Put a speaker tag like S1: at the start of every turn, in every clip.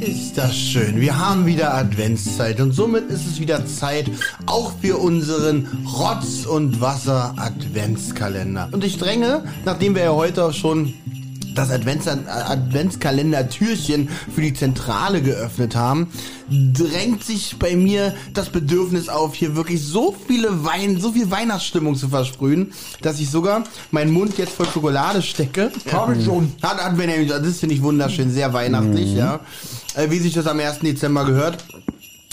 S1: Ist das schön. Wir haben wieder Adventszeit und somit ist es wieder Zeit auch für unseren Rotz und Wasser Adventskalender. Und ich dränge, nachdem wir ja heute auch schon das Advents Adventskalender-Türchen für die Zentrale geöffnet haben, drängt sich bei mir das Bedürfnis auf, hier wirklich so viele Wein, so viel Weihnachtsstimmung zu versprühen, dass ich sogar meinen Mund jetzt voll Schokolade stecke. Hab ich schon. Hat Advent, das finde ich wunderschön, sehr weihnachtlich, ja. Äh, Wie sich das am 1. Dezember gehört.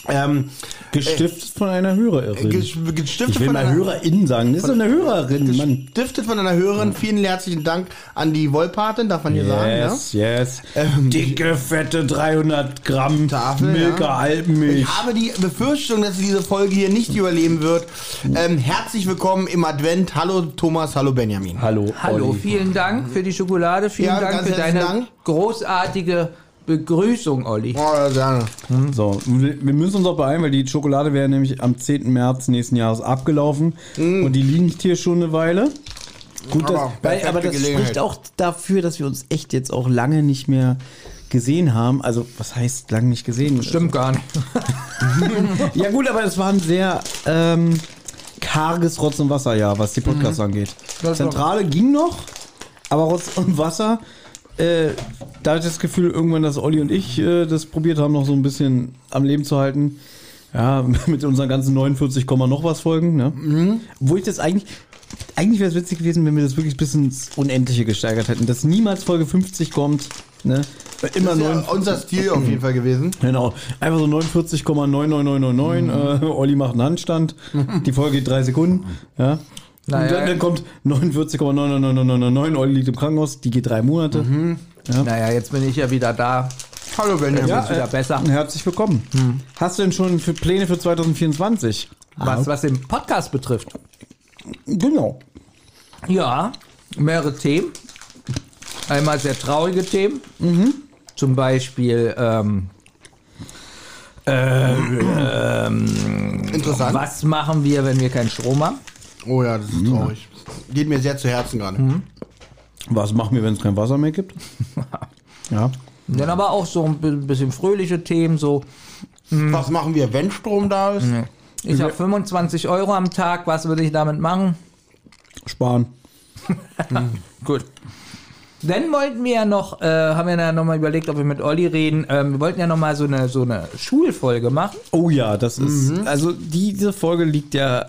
S1: Ähm,
S2: Gestiftet von einer Hörerin.
S1: ges- gestiftet
S2: ich will
S1: von
S2: mal
S1: einer-
S2: Hörerin sagen. Das ist eine Hörerin, Mann.
S1: Stiftet von einer Hörerin. Vielen herzlichen Dank an die Wollpatin, darf man hier sagen. ne? Ja? Ähm,
S2: Yes, yes. Dicke, fette 300 Gramm
S1: Tafel,
S2: Milka
S1: ja.
S2: Alpenmilch.
S1: Ich habe die Befürchtung, dass diese Folge hier nicht überleben wird. Ähm, herzlich willkommen im Advent. Hallo Thomas, hallo Benjamin.
S2: Hallo,
S3: Hallo,
S2: Olli.
S3: vielen Dank für die Schokolade, vielen
S1: Ja,
S3: Dank
S1: ganz
S3: für deine
S1: herzlichen Dank.
S3: großartige Begrüßung, Olli.
S1: Oh, ja, gerne.
S2: So, wir wir müssen uns auch beeilen, weil die Schokolade wäre nämlich am 10. März nächsten Jahres abgelaufen. Und die liegt hier schon eine Weile. Gut, das,
S1: Mhm. Aber
S2: weil, aber
S1: perfekte
S2: das
S1: Gelegenheit.
S2: spricht auch dafür, dass wir uns echt jetzt auch lange nicht mehr gesehen haben. Also, was heißt lange nicht gesehen?
S3: Stimmt gar nicht.
S2: Ja gut, aber es war ein sehr ähm, karges Rotz- und Wasserjahr, was die Podcasts angeht.
S3: Das
S2: Zentrale ging noch, aber Rotz und Wasser, äh, da hatte ich das Gefühl, irgendwann, dass Olli und ich äh, das probiert haben, noch so ein bisschen am Leben zu halten. Ja, mit unseren ganzen 49, Komma noch was Folgen. Ne? Wo ich das eigentlich... Eigentlich wäre es witzig gewesen, wenn wir das wirklich bis ins Unendliche gesteigert hätten. Dass niemals Folge 50 kommt. Ne? Immer
S1: Das ist
S2: nur
S1: ja unser Stil auf jeden Fall gewesen.
S2: Genau, einfach so 49,99999.
S3: Mhm.
S2: Äh, Olli macht einen Handstand. Die Folge geht drei Sekunden. Ja.
S3: Naja.
S2: Und dann, dann kommt 49,99999. Olli liegt im Krankenhaus. Die geht drei Monate.
S3: Mhm, Naja, jetzt bin ich ja wieder da.
S1: Hallo Benjamin.
S3: Ja. ist wieder besser.
S2: Äh,
S3: Mhm.
S2: Herzlich willkommen. Hast du denn schon für Pläne für 2024?
S3: Was, was den Podcast betrifft.
S2: Genau.
S3: Ja, mehrere Themen. Einmal sehr traurige Themen. Zum Beispiel, ähm,
S1: Interessant.
S3: was machen wir, wenn wir keinen Strom haben?
S1: Oh ja, das ist traurig. Geht mir sehr zu Herzen gerade.
S2: Was machen wir, wenn es kein Wasser mehr gibt? ja.
S3: Dann aber auch so ein bi- bisschen fröhliche Themen, so
S1: Was machen wir, wenn Strom da ist?
S3: ich habe 25 Euro am Tag, was würde ich damit machen?
S2: Sparen.
S3: Gut. Dann wollten wir ja noch, äh, haben wir ja nochmal überlegt, ob wir mit Olli reden. Ähm, wir wollten ja nochmal so eine, so eine Schulfolge machen.
S2: Oh ja, das ist.
S3: Mhm.
S2: Also, die, diese Folge liegt ja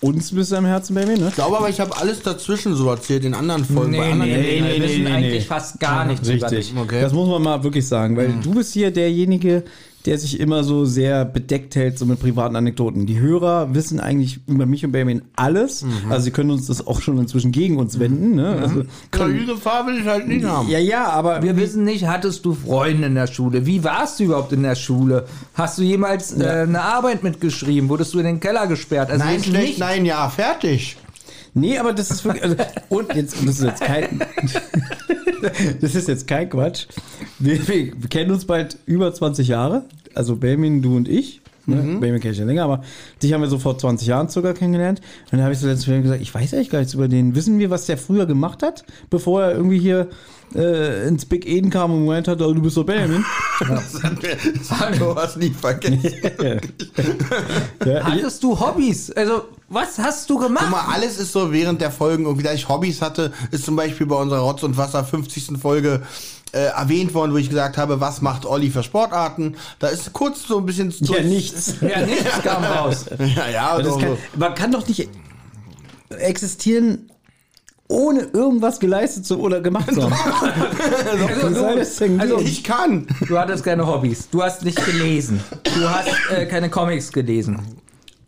S2: uns ein bisschen am Herzen, Baby, ne?
S1: Ich glaube aber, ich habe alles dazwischen so erzählt in anderen Folgen. bei anderen
S2: nee,
S3: wir
S2: nee,
S3: wissen
S2: nee,
S3: eigentlich
S2: nee.
S3: fast gar nichts über dich.
S2: Richtig.
S1: Okay.
S2: Das muss man mal wirklich sagen, weil du bist hier derjenige, der sich immer so sehr bedeckt hält, so mit privaten Anekdoten. Die Hörer wissen eigentlich über mich und Benjamin alles. Also sie können uns das auch schon inzwischen gegen uns wenden. Ne? Also,
S1: Gelegenheiten.
S2: können,
S1: Diese Farbe will ich halt nicht haben.
S2: ja, ja, aber
S3: Wir wissen nicht, hattest du Freunde in der Schule? Wie warst du überhaupt in der Schule? Hast du jemals äh, eine Arbeit mitgeschrieben? Wurdest du in den Keller gesperrt? Also
S1: Nein,
S3: wir
S1: schlecht,
S3: nicht.
S1: nein, ja, fertig.
S2: Nee, aber das ist wirklich. Also, und jetzt, und das ist jetzt kein. das ist jetzt kein Quatsch. Wir, wir, wir kennen uns bald über 20 Jahre. Also Benjamin, du und ich. Ne? Benjamin kenne ich ja länger, aber dich haben wir so vor 20 Jahren sogar kennengelernt. Und dann habe ich so letztens gesagt, ich weiß eigentlich gar nichts über den. Wissen wir, was der früher gemacht hat, bevor er irgendwie hier äh, ins Big Eden kam und gemeint hat, oh, du bist doch Benjamin.
S1: Das hat mir das hat Thomas nie vergessen.
S2: ja,
S3: Hattest du Hobbys? Also, was hast du
S1: Guck
S3: gemacht?
S1: mal, alles ist so während der Folgen irgendwie, da ich Hobbys hatte, ist zum Beispiel bei unserer Rotz und Wasser 50. Folge äh, erwähnt worden, wo ich gesagt habe, was macht Olli für Sportarten? Da ist kurz so ein bisschen zu.
S2: ja, nichts.
S3: Ja, nichts kam raus.
S1: Ja, ja,
S2: Das
S1: so,
S2: kann,
S1: so.
S2: man kann doch nicht existieren, ohne irgendwas geleistet zu oder gemacht zu haben.
S3: Also,
S2: soll das denn
S3: also,
S2: gehen?
S1: Ich kann.
S3: Du hattest keine Hobbys. Du hast nicht gelesen. Du hast äh, keine Comics gelesen.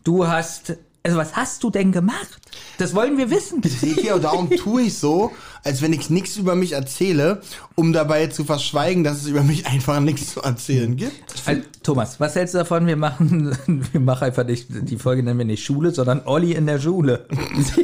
S3: Du hast, also was hast du denn gemacht? Das wollen wir wissen.
S1: Seht ihr, und darum tue ich so, als wenn ich nichts über mich erzähle, um dabei zu verschweigen, dass es über mich einfach nichts zu erzählen gibt.
S3: Also, Thomas, was hältst du davon? Wir machen, wir machen einfach nicht, die Folge nennen wir nicht Schule, sondern Olli in der Schule. Und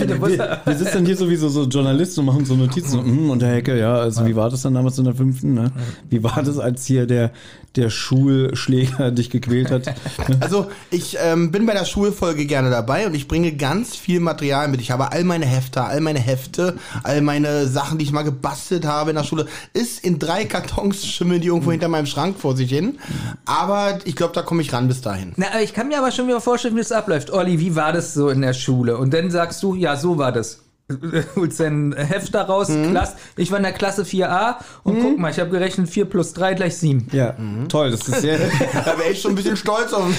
S3: wir-
S2: Wir, wir sitzen dann hier sowieso so Journalisten und machen so Notizen. Und, und der Hecke, ja, also wie war das dann damals in der fünften? Ne? Wie war das, als hier der, der Schulschläger dich gequält hat?
S1: Also, ich ähm, bin bei der Schulfolge gerne dabei und ich bringe ganz viel Material mit. Ich habe all meine Hefte, all meine Hefte, all meine Sachen, die ich mal gebastelt habe in der Schule, ist in drei Kartons schimmeln die
S2: Mhm.
S1: irgendwo hinter meinem Schrank vor sich hin. Aber ich glaube, da komme ich ran bis dahin.
S3: Na, aber ich kann mir aber schon wieder vorstellen, wie das abläuft. Olli, wie war das so in der Schule? Und dann sagst du, ja, so war das. Holst dein Heft da raus, Klasse. Ich war in der Klasse 4a und guck mal, ich habe gerechnet 4 plus 3 gleich 7.
S2: Ja, Mhm. toll, das ist sehr.
S1: Da wäre ich schon ein bisschen stolz auf mich.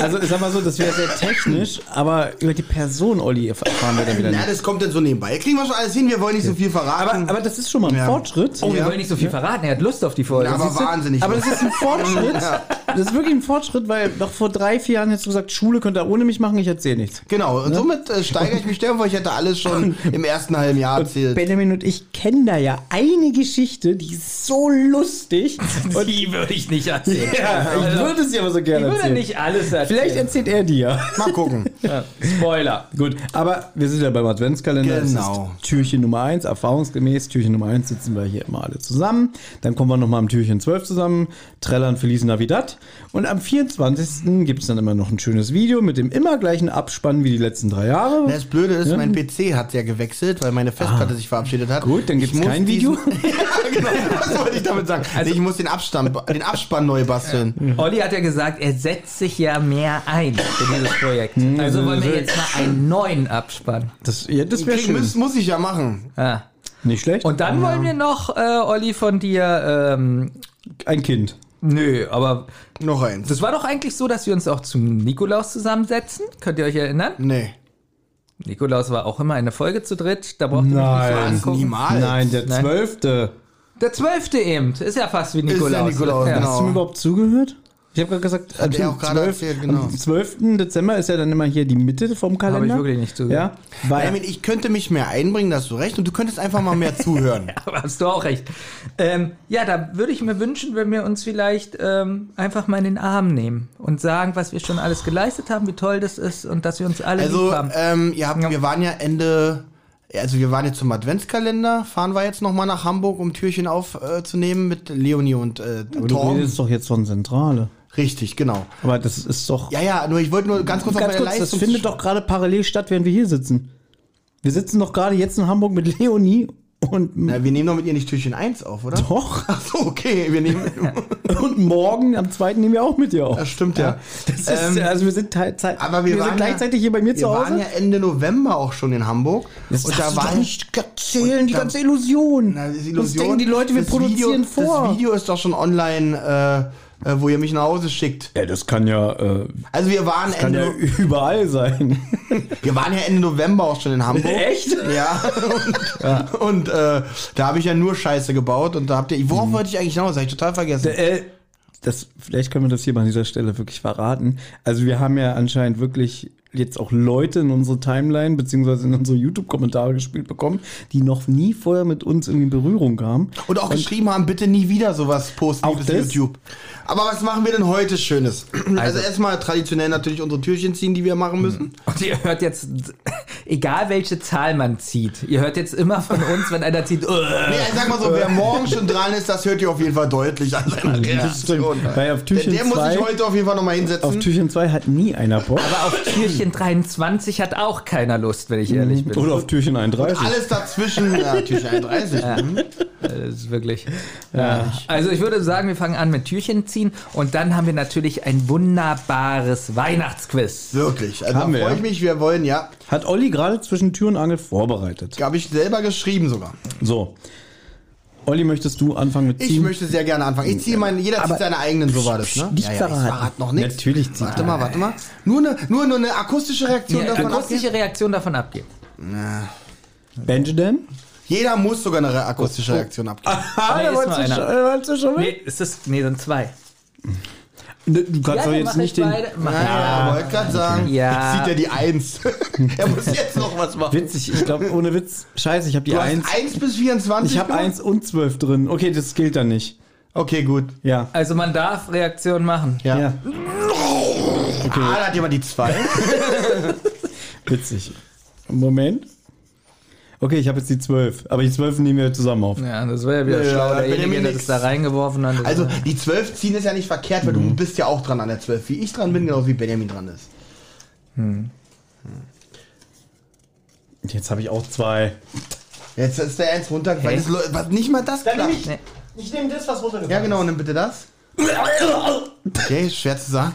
S2: Also ich sag mal so, das wäre sehr technisch, aber über die Person, Olli, erfahren wir dann wieder
S1: Na,
S2: nicht.
S1: das kommt dann so nebenbei. Kriegen wir schon alles hin, wir wollen nicht so viel verraten.
S2: Aber, aber das ist schon mal ein
S1: Ja.
S2: Fortschritt.
S3: Oh, wir
S1: Ja.
S3: wollen nicht so viel verraten, er hat Lust auf die Folge.
S1: Ja, aber
S3: Siehst du?
S1: wahnsinnig.
S2: Aber das ist ein Fortschritt.
S1: Ja.
S2: Das ist wirklich ein Fortschritt, weil noch vor drei, vier Jahren hättest du gesagt, Schule könnt ihr ohne mich machen, ich erzähle nichts.
S1: Genau, und somit äh, steigere ich mich stärker, weil ich hätte alles schon im ersten halben Jahr erzählt.
S2: Äh, Benjamin und ich kennen da ja eine Geschichte, die ist so lustig. Und
S3: die würde ich nicht erzählen.
S2: ja, ich würde sie aber so
S3: ich
S2: gerne
S3: würde
S2: erzählen.
S3: nicht alles erzählen.
S2: Vielleicht erzählt er dir ja.
S1: Mal gucken.
S2: Spoiler. Gut, aber wir sind ja beim Adventskalender. Das
S1: Genau.
S2: ist Türchen Nummer 1, erfahrungsgemäß, Türchen Nummer 1 sitzen wir hier immer alle zusammen. Dann kommen wir nochmal am Türchen 12 zusammen, trällern Feliz Navidad. Und am 24. gibt es dann immer noch ein schönes Video mit dem immer gleichen Abspann wie die letzten drei Jahre.
S1: Das Blöde ist, mein PC hat ja gewechselt, weil meine Festplatte sich verabschiedet hat.
S2: Ah. Gut, dann
S1: Ich
S2: gibt's
S1: muss
S2: kein Video. Also
S1: Diesen, ja, genau, was wollte ich damit sagen? nee, ich muss den, Abstand, den Abspann neu basteln.
S3: Olli hat ja gesagt, er setzt sich ja mehr ein für dieses Projekt.
S1: Mhm.
S3: Also wollen wir jetzt mal einen neuen abspannen.
S2: Das, ja, das wäre
S1: Kriegen
S2: schön.
S1: muss, muss ich ja machen.
S3: Ah.
S2: Nicht schlecht.
S3: Und
S1: Genau.
S3: dann wollen wir noch, äh, Olli, von dir ähm,
S2: ein Kind.
S3: Nö, aber
S1: Noch eins.
S3: das war doch eigentlich so, dass wir uns auch zum Nikolaus zusammensetzen. Könnt ihr euch erinnern?
S1: Nee.
S3: Nikolaus war auch immer eine Folge zu dritt. Da braucht ihr
S2: Nein,
S3: mich nicht so angucken.
S1: Niemals.
S2: Nein, der
S3: Nein.
S2: zwölfte.
S3: Der zwölfte eben. Ist ja fast wie
S1: ja
S3: Nikolaus.
S1: Nikolaus, genau.
S2: Hast du mir überhaupt zugehört? Ich habe gerade gesagt, am
S1: er auch gerade erzählt, genau.
S2: am 12. Dezember ist ja dann immer hier die Mitte vom Kalender.
S3: wirklich nicht zugehört.
S2: Ja, weil
S1: Benjamin, ich könnte mich mehr einbringen, da hast du recht, und du könntest einfach mal mehr zuhören.
S3: Aber hast du auch recht. Ähm, ja, da würde ich mir wünschen, wenn wir uns vielleicht ähm, einfach mal in den Arm nehmen und sagen, was wir schon alles geleistet haben, wie toll das ist und dass wir uns alle
S1: Also,
S3: lieb haben.
S1: ähm, ihr habt,
S3: Ja.
S1: wir waren ja Ende, also wir waren jetzt zum Adventskalender, fahren wir jetzt nochmal nach Hamburg, um Türchen aufzunehmen äh, zu nehmen mit Leonie und äh,
S2: du
S1: Torben.
S2: redest doch jetzt von Zentrale.
S1: Richtig, genau.
S2: Aber das ist doch.
S1: Ja, ja, nur ich wollte nur ganz kurz noch
S2: ganz kurz,
S1: bei der
S2: das
S1: Leistung.
S2: findet doch gerade parallel statt, während wir hier sitzen. Wir sitzen doch gerade jetzt in Hamburg mit Leonie und
S1: Na, wir nehmen doch mit ihr nicht Türchen 1 auf, oder?
S2: doch.
S1: Ach so, okay, wir nehmen.
S2: Und morgen am zweiten nehmen wir auch mit dir auf.
S1: Das stimmt ja.
S2: Das ist,
S1: Ähm,
S2: also wir sind teil, Zeit,
S1: aber wir, waren
S2: sind gleichzeitig hier bei mir
S1: wir
S2: zu Hause.
S1: waren ja Ende November auch schon in Hamburg.
S2: Das
S1: und
S2: darfst
S1: da
S2: du doch
S1: war
S2: nicht erzählen,
S1: und
S2: die
S1: da-
S2: ganze Illusion.
S1: Na, das ist
S2: Das denken die Leute, wir
S1: Das
S2: produzieren
S1: Video,
S2: vor.
S1: Das Video ist doch schon online, äh, äh, wo ihr mich nach Hause schickt.
S2: Ja, das kann ja, äh,
S1: Also wir waren
S2: kann ja
S1: Ende,
S2: überall sein.
S1: wir waren ja Ende November auch schon in Hamburg.
S2: Echt?
S1: Ja. Und, und äh, da habe ich ja nur Scheiße gebaut und da habt ihr.
S2: Mhm.
S1: Worauf wollte ich eigentlich hinaus? Habe ich total vergessen.
S2: Äh, das, vielleicht können wir das hier mal an dieser Stelle wirklich verraten. Also wir haben ja anscheinend wirklich jetzt auch Leute in unsere Timeline beziehungsweise in unsere YouTube-Kommentare gespielt bekommen, die noch nie vorher mit uns in Berührung kamen.
S1: Und auch geschrieben haben, bitte nie wieder sowas posten,
S2: Auch
S1: liebes
S2: das?
S1: YouTube. Aber was machen wir denn heute Schönes? Also,
S3: Also-
S1: erstmal traditionell natürlich unsere Türchen ziehen, die wir machen müssen.
S3: Und ihr hört jetzt, egal welche Zahl man zieht, ihr hört jetzt immer von uns, wenn einer zieht,
S1: Nee, ich sag mal so, wer morgen schon dran ist, das hört ihr auf jeden Fall deutlich an seiner Reaktion.
S2: Weil auf
S1: Der,
S2: Türchen
S1: der muss sich
S2: 2
S1: heute auf jeden Fall nochmal
S2: auf
S1: hinsetzen.
S2: Türchen 2 hat nie einer Bock.
S3: aber auf Türchen 23 hat auch keiner Lust, wenn ich ehrlich bin.
S2: Oder auf Türchen 31.
S1: Alles dazwischen, ja, Türchen 31. mhm.
S3: Also, Das ist wirklich. Ja. Also ich würde sagen, wir fangen an mit Türchen ziehen und dann haben wir natürlich ein wunderbares Weihnachtsquiz.
S1: Wirklich. Also
S2: Haben
S1: da
S2: wir,
S1: freue ich
S2: ja.
S1: mich, wir wollen ja.
S2: Hat Olli gerade zwischen Tür und Angel vorbereitet.
S1: Habe ich selber geschrieben sogar.
S2: So. Olli, möchtest du anfangen mit
S1: Ich
S2: Ziehen?
S1: möchte sehr gerne anfangen. Ich ziehe meinen, jeder zieht seine eigenen, so war das, ne?
S2: nicht
S1: ich
S2: verraten.
S1: verrate noch nichts.
S2: Natürlich zieht
S1: Warte
S2: er.
S1: mal, warte mal. Nur eine, nur, nur eine akustische Reaktion
S3: Ja,
S1: davon
S3: akustische
S1: abgeben?
S3: Reaktion davon abgeben.
S2: Benjamin?
S1: Jeder muss sogar eine re- akustische Reaktion abgeben.
S2: Aha,
S3: Nee, ist nur
S2: wolltest du
S3: einer.
S2: schon- wolltest du schon mit?
S3: Nee, ist das, nee, sind zwei.
S2: Ne, Du kannst doch
S3: dann
S2: jetzt
S3: mach
S2: nicht
S3: ich
S2: den.
S3: beide- mach-
S1: Ja, ja, wollte gerade sagen.
S3: Ah, Ja.
S1: Jetzt sieht er die Eins. er muss jetzt noch was machen.
S2: Witzig, ich glaube, ohne Witz. Scheiße, ich habe die
S1: Du
S2: 1.
S1: hast 1 bis 24
S2: Ich habe
S1: gemacht?
S2: 1 und 12 drin. Okay, das gilt dann nicht.
S1: Okay, gut.
S2: Ja.
S3: Also man darf Reaktionen machen.
S1: Ja.
S2: Ja,
S1: Ah, da hat jemand die 2.
S2: witzig. Moment. Okay, ich habe jetzt die 12. Aber die 12 nehmen wir zusammen auf.
S3: Ja, das wäre ja wieder
S1: Ja,
S3: schlau.
S1: da bin ich mir
S3: Derjenige, der
S1: nix.
S3: das da reingeworfen hat. das
S1: Also
S3: war-
S1: die 12 ziehen ist ja nicht verkehrt, weil du bist ja auch dran an der 12. Wie ich dran bin, genauso wie Benjamin dran ist.
S2: Jetzt habe ich auch 2.
S1: Jetzt ist der 1 runtergefallen.
S3: Hä?
S1: Das lo- was, nicht mal das klappt.
S3: Nee.
S4: Ich nehme das, was runtergefallen
S1: Ja genau, nimm bitte das. Okay, ist schwer zu sagen.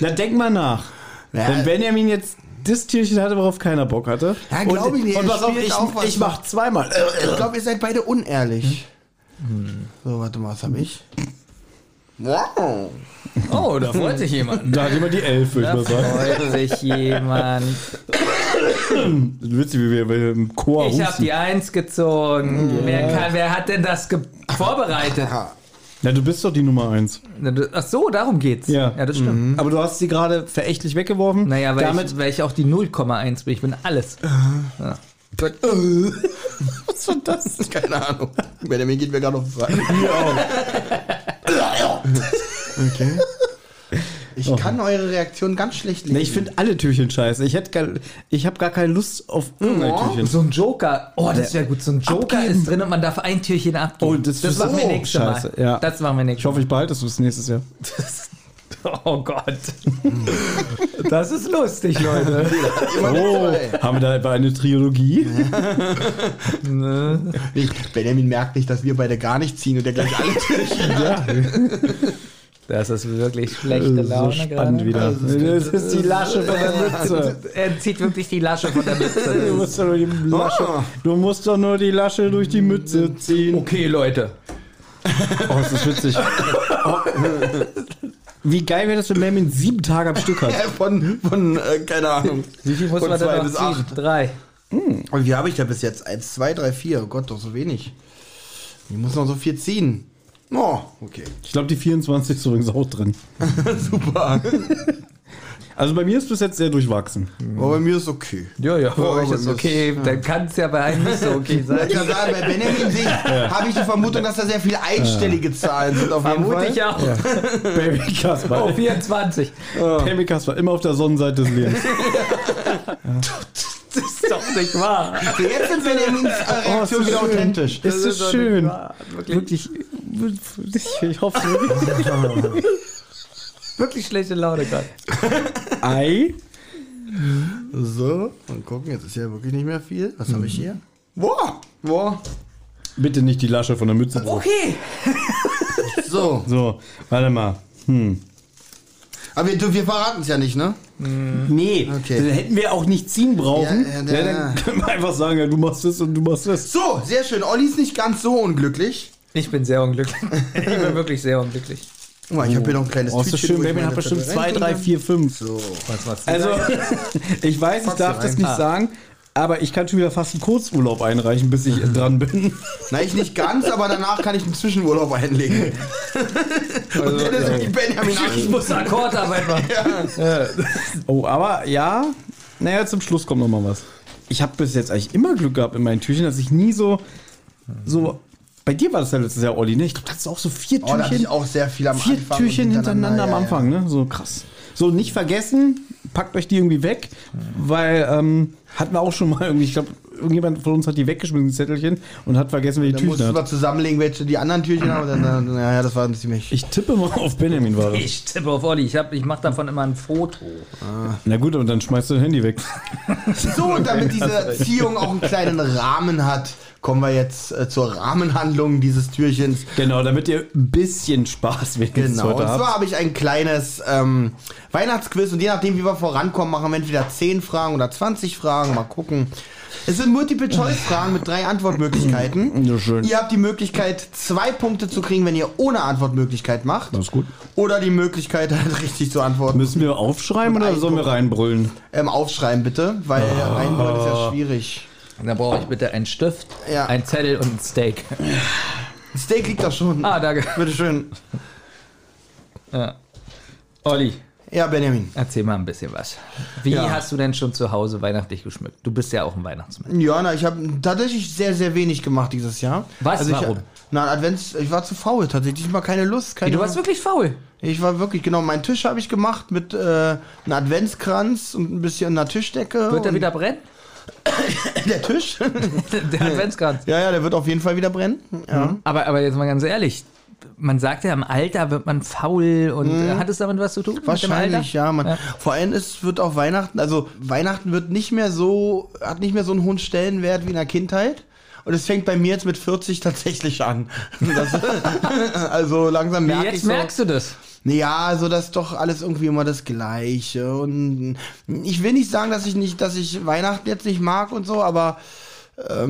S2: Na, denk mal nach.
S1: Ja.
S2: Wenn Benjamin jetzt das Tierchen hatte, worauf keiner Bock hatte.
S1: Ja, glaub ich nicht.
S2: Und
S1: Er
S2: pass auf,
S1: spielt
S2: ich,
S1: auch was. Äh,
S2: ich mach zweimal.
S1: Ich glaube, ihr seid beide unehrlich. So, warte mal, was habe ich? Wow.
S3: Oh, da freut sich jemand.
S2: Da hat jemand die 11, würde ich
S3: Da
S2: mal sagen.
S3: freut sich jemand.
S2: Witzig, wie wir wir im Chor
S3: Ich habe
S2: rufen.
S3: die Eins gezogen. Wer, kann, wer hat denn das ge- vorbereitet?
S2: Na, du bist doch die Nummer 1.
S1: Mhm.
S3: Na, du- Ach so, darum geht's.
S2: Ja.
S3: ja das stimmt.
S2: Aber du hast sie gerade verächtlich weggeworfen.
S3: Naja, weil,
S2: Damit Äh.
S3: ich, weil ich auch die 0,1 bin. Ich bin alles. Ja. Gut.
S2: was war das?
S1: Keine Ahnung. Benjamin geht mir gerade auf den Sack. okay. Ich kann eure Reaktion ganz schlecht lesen.
S2: Oh. Nee, ich finde alle Türchen scheiße. Ich, hätt gar- ich habe gar keine Lust auf irgendein
S1: Oh.
S2: Türchen.
S3: So ein Joker. Oh, das wäre gut. So ein Joker
S2: Abgeben.
S3: ist drin und man darf ein Türchen abgeben.
S2: Oh, das ist
S3: machen wir
S2: so
S3: nächstes
S2: scheiße,
S3: Mal.
S2: ja.
S3: Das machen wir
S2: Ich
S3: nächstes
S2: hoffe, ich behalte es bis nächstes Jahr.
S3: Mal. Oh Gott. Das ist lustig, Leute.
S2: Oh, haben wir da etwa eine Trilogie?
S1: Nicht- Benjamin merkt nicht, dass wir beide gar nicht ziehen und der gleich alle Türchen.
S3: Das ist wirklich schlechte
S2: so
S3: Laune
S2: spannend
S3: gerade.
S2: wieder. Das ist die Lasche von der Mütze.
S3: Er zieht wirklich die Lasche von der
S2: Du
S3: Mütze.
S2: musst, doch nur die Lasche, du musst doch nur die Lasche durch die Mütze ziehen.
S3: Okay, Leute.
S2: Oh, ist das witzig. Oh. Wie geil wäre das, wenn Memmin sieben Tage am Stück hat?
S1: Von, von äh, keine Ahnung.
S3: Wie viel muss
S1: Von
S3: man
S1: zwei
S3: denn noch
S1: bis
S3: ziehen?
S1: acht.
S3: Drei.
S1: Und wie habe ich da bis jetzt? Eins, zwei, drei, vier. Oh Gott, doch so wenig. Ich muss noch so viel ziehen. Oh, okay.
S2: Ich glaube, die 24 ist übrigens auch drin.
S1: Super.
S2: Also bei mir ist bis jetzt sehr durchwachsen.
S1: Aber bei mir ist okay.
S3: Ja, ja, bei
S1: Ja,
S3: euch
S1: bei
S3: Oh, ist
S1: mir
S3: okay. Dann kann es ja bei einem nicht so okay sein.
S1: Ich kann sagen, bei Benjamin sehe ich, habe ich die Vermutung, dass da sehr viele einstellige Zahlen sind. Auf jeden
S3: Vermute
S1: Fall.
S3: ich auch.
S2: Baby Kasper.
S3: Oh, 24.
S2: Baby Kasper, immer auf der Sonnenseite des Lebens.
S3: Das ist doch nicht wahr.
S1: So, Jetzt sind Benjamins äh, Reaktion wieder authentisch.
S2: Oh, Ist so
S3: ist doch
S2: schön.
S3: nicht wahr.
S2: Wirklich. Ich, ich hoffe wirklich.
S3: Wirklich schlechte Laune gerade.
S2: Ei.
S1: So, und gucken, jetzt ist ja wirklich nicht mehr viel. Was habe ich
S2: Mhm.
S1: hier? Boah, boah.
S2: Bitte nicht die Lasche von der Mütze. drauf.
S3: Okay.
S1: So,
S2: So, warte mal.
S1: aber wir, wir verraten es ja nicht, ne?
S2: Nee,
S1: Okay.
S2: dann hätten wir auch nicht ziehen brauchen.
S1: Ja,
S2: Ja,
S1: ja, ja.
S2: dann können wir einfach sagen, ja, du machst das und du machst das.
S1: So, sehr schön. Olli ist nicht ganz so unglücklich.
S3: Ich bin sehr unglücklich. Ich bin wirklich sehr unglücklich.
S1: Guck mal, ich habe hier noch ein kleines
S2: Oh, ist das
S1: Tütchen,
S2: schön.
S1: wo ich
S2: Baby
S1: meine
S2: hat bestimmt
S1: Zettel
S2: 2, 3, 4, 5.
S1: So.
S3: Was machst du?
S2: Also, ich weiß, ich
S1: Packst
S2: darf
S1: du
S2: das
S1: rein.
S2: nicht
S1: Ah.
S2: sagen, aber ich kann schon wieder fast einen Kurzurlaub einreichen, bis ich dran bin.
S1: Na, ich nicht ganz, aber danach kann ich einen Zwischenurlaub einlegen. und
S2: Also,
S1: dann ist die Benjamin
S3: ich
S1: an.
S3: muss Akkordarbeit machen.
S2: Oh, aber ja, naja, zum Schluss kommt noch mal was. Ich habe bis jetzt eigentlich immer Glück gehabt in meinen Türchen, dass ich nie so, so, bei dir war das ja letztes Jahr, Olli, ne? Ich glaube, das ist auch so vier
S1: Oh, da habe
S2: Türchen,
S1: ich auch sehr viel am
S2: vier
S1: Anfang. und
S2: Türchen hintereinander am
S1: ja, ja.
S2: Anfang, ne? So krass. So, nicht vergessen, packt euch die irgendwie weg, weil, ähm, hatten wir auch schon mal irgendwie, ich glaube, irgendjemand von uns hat die weggeschmissen, die Zettelchen, und hat vergessen, welche
S1: Dann musst
S2: Türchen
S1: du mal
S2: hat.
S1: zusammenlegen, welche die anderen Türchen haben. Dann, dann, naja, das war ein ziemlich.
S2: Ich tippe mal auf Benjamin war das.
S3: Ich tippe auf Olli. Ich, hab- ich mache davon immer ein Foto.
S2: Na gut, und dann schmeißt du dein Handy weg.
S1: So, und damit diese Ziehung auch einen kleinen Rahmen hat, kommen wir jetzt äh, zur Rahmenhandlung dieses Türchens.
S2: Genau, damit ihr ein bisschen Spaß wenigstens
S1: Genau. Und
S2: heute habt.
S1: zwar habe ich ein kleines ähm, Weihnachtsquiz und je nachdem, wie wir vorankommen, machen wir entweder 10 Fragen oder 20 Fragen. Mal gucken. Es sind Multiple-Choice-Fragen mit drei Antwortmöglichkeiten.
S2: Ja, schön.
S1: Ihr habt die Möglichkeit, zwei Punkte zu kriegen, wenn ihr ohne Antwortmöglichkeit macht.
S2: Das ist gut.
S1: Oder die Möglichkeit, halt richtig zu antworten.
S2: Müssen wir aufschreiben oder sollen wir reinbrüllen?
S1: Ähm, aufschreiben bitte, weil
S2: Ah.
S1: einbauen ist ja schwierig.
S3: Da brauche ich bitte einen Stift,
S1: Ja.
S3: einen Zettel und ein Steak.
S1: Steak liegt da schon.
S3: Ah, danke.
S1: Bitte schön.
S3: Ja. Olli,
S1: Ja, Benjamin.
S3: erzähl mal ein bisschen was. Wie
S1: Ja.
S3: hast du denn schon zu Hause weihnachtlich geschmückt? Du bist ja auch ein Weihnachtsmann.
S1: Ja, na, ich habe tatsächlich sehr, sehr wenig gemacht dieses Jahr. Also
S3: Was?
S1: ich,
S3: Warum?
S1: Na, Advents, ich war zu faul tatsächlich. Ich war keine Lust. Keine,
S3: Du warst wirklich faul.
S1: ich war wirklich, genau, meinen Tisch habe ich gemacht mit äh, einem Adventskranz und ein bisschen einer Tischdecke.
S3: Wird er
S1: und
S3: wieder brennen?
S1: der Tisch?
S3: Der Adventskranz. Mhm.
S1: ja, ja, der wird auf jeden Fall wieder brennen. Ja.
S3: Aber, aber jetzt mal ganz ehrlich, man sagt ja, im Alter wird man faul und äh, hat es damit was zu tun? mit dem
S1: Mhm. Wahrscheinlich,
S3: Alter?
S1: ja, man. Vor allem es wird auch Weihnachten, also Weihnachten wird nicht mehr so, hat nicht mehr so einen hohen Stellenwert wie in der Kindheit. Und es fängt bei mir jetzt mit 40 tatsächlich an. Das, also langsam merke ich
S3: Jetzt
S1: so,
S3: merkst du das.
S1: Ja, so dass doch alles irgendwie immer das Gleiche. Und ich will nicht sagen, dass ich nicht, dass ich Weihnachten jetzt nicht mag und so, aber
S3: Das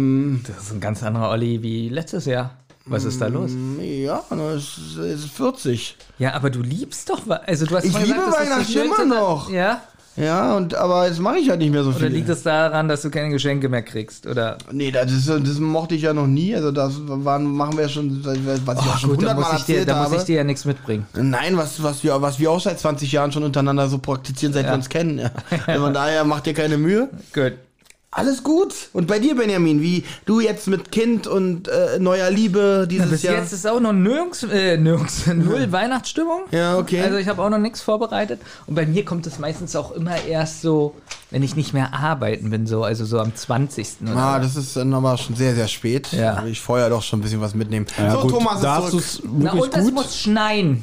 S3: ist ein ganz anderer Olli wie letztes Jahr. Was ist da
S1: Mhm.
S3: los?
S1: ja, na, es ist- es ist 40.
S3: Ja, aber du liebst doch Wei- Also du hast
S1: Ich
S3: vorhin
S1: liebe
S3: gesagt, das ist das
S1: Weihnachten
S3: Schönste,
S1: immer
S3: ne?
S1: noch.
S3: Ja?
S1: Ja, und aber jetzt mache ich halt nicht mehr so viel.
S3: Oder liegt es daran, dass du keine Geschenke mehr kriegst? Oder
S1: Nee, das, ist, das mochte ich ja noch nie. Also das waren, machen wir ja schon, was ich auch schon
S3: da
S1: hundertmal
S3: muss, ich dir,
S1: erzählt
S3: da muss ich
S1: habe.
S3: dir ja nichts mitbringen.
S1: Nein, was, was, wir, was wir auch seit 20 Jahren schon untereinander so praktizieren, seit wir
S3: Ja.
S1: uns kennen. Ja. Also Von daher macht dir keine Mühe.
S3: Gut.
S1: Alles gut. Und bei dir, Benjamin, wie du jetzt mit Kind und äh, neuer Liebe dieses
S3: Bis
S1: Jahr.
S3: jetzt ist auch noch nirgends, äh, nirgends, null Weihnachtsstimmung.
S1: Ja, okay.
S3: Also ich habe auch noch nichts vorbereitet. Und bei mir kommt es meistens auch immer erst so, wenn ich nicht mehr arbeiten bin, so, also so am 20. Oder
S1: Ah, das ist dann aber schon sehr, sehr spät. Also
S3: Ja.
S1: Ich vorher doch schon ein bisschen was mitnehmen.
S2: Ja,
S1: so,
S2: gut,
S1: Thomas
S2: da
S1: ist
S2: hast du
S1: zurück.
S2: es
S3: Na
S2: wirklich
S3: und es
S2: gut.
S3: muss schneien.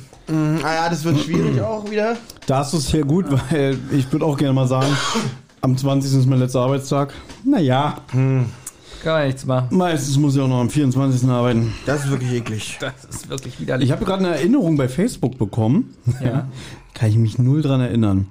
S1: Ah ja, das wird schwierig auch wieder.
S2: Da hast du es hier gut, weil ich würde auch gerne mal sagen, am 20. ist mein letzter Arbeitstag. Naja,
S3: Kann man nichts machen.
S2: meistens muss ich auch noch am 24. arbeiten.
S1: Das ist wirklich eklig.
S3: Das ist wirklich
S2: Ich
S3: widerlich.
S2: habe gerade eine Erinnerung bei Facebook bekommen.
S3: Ja.
S2: Kann ich mich null dran erinnern.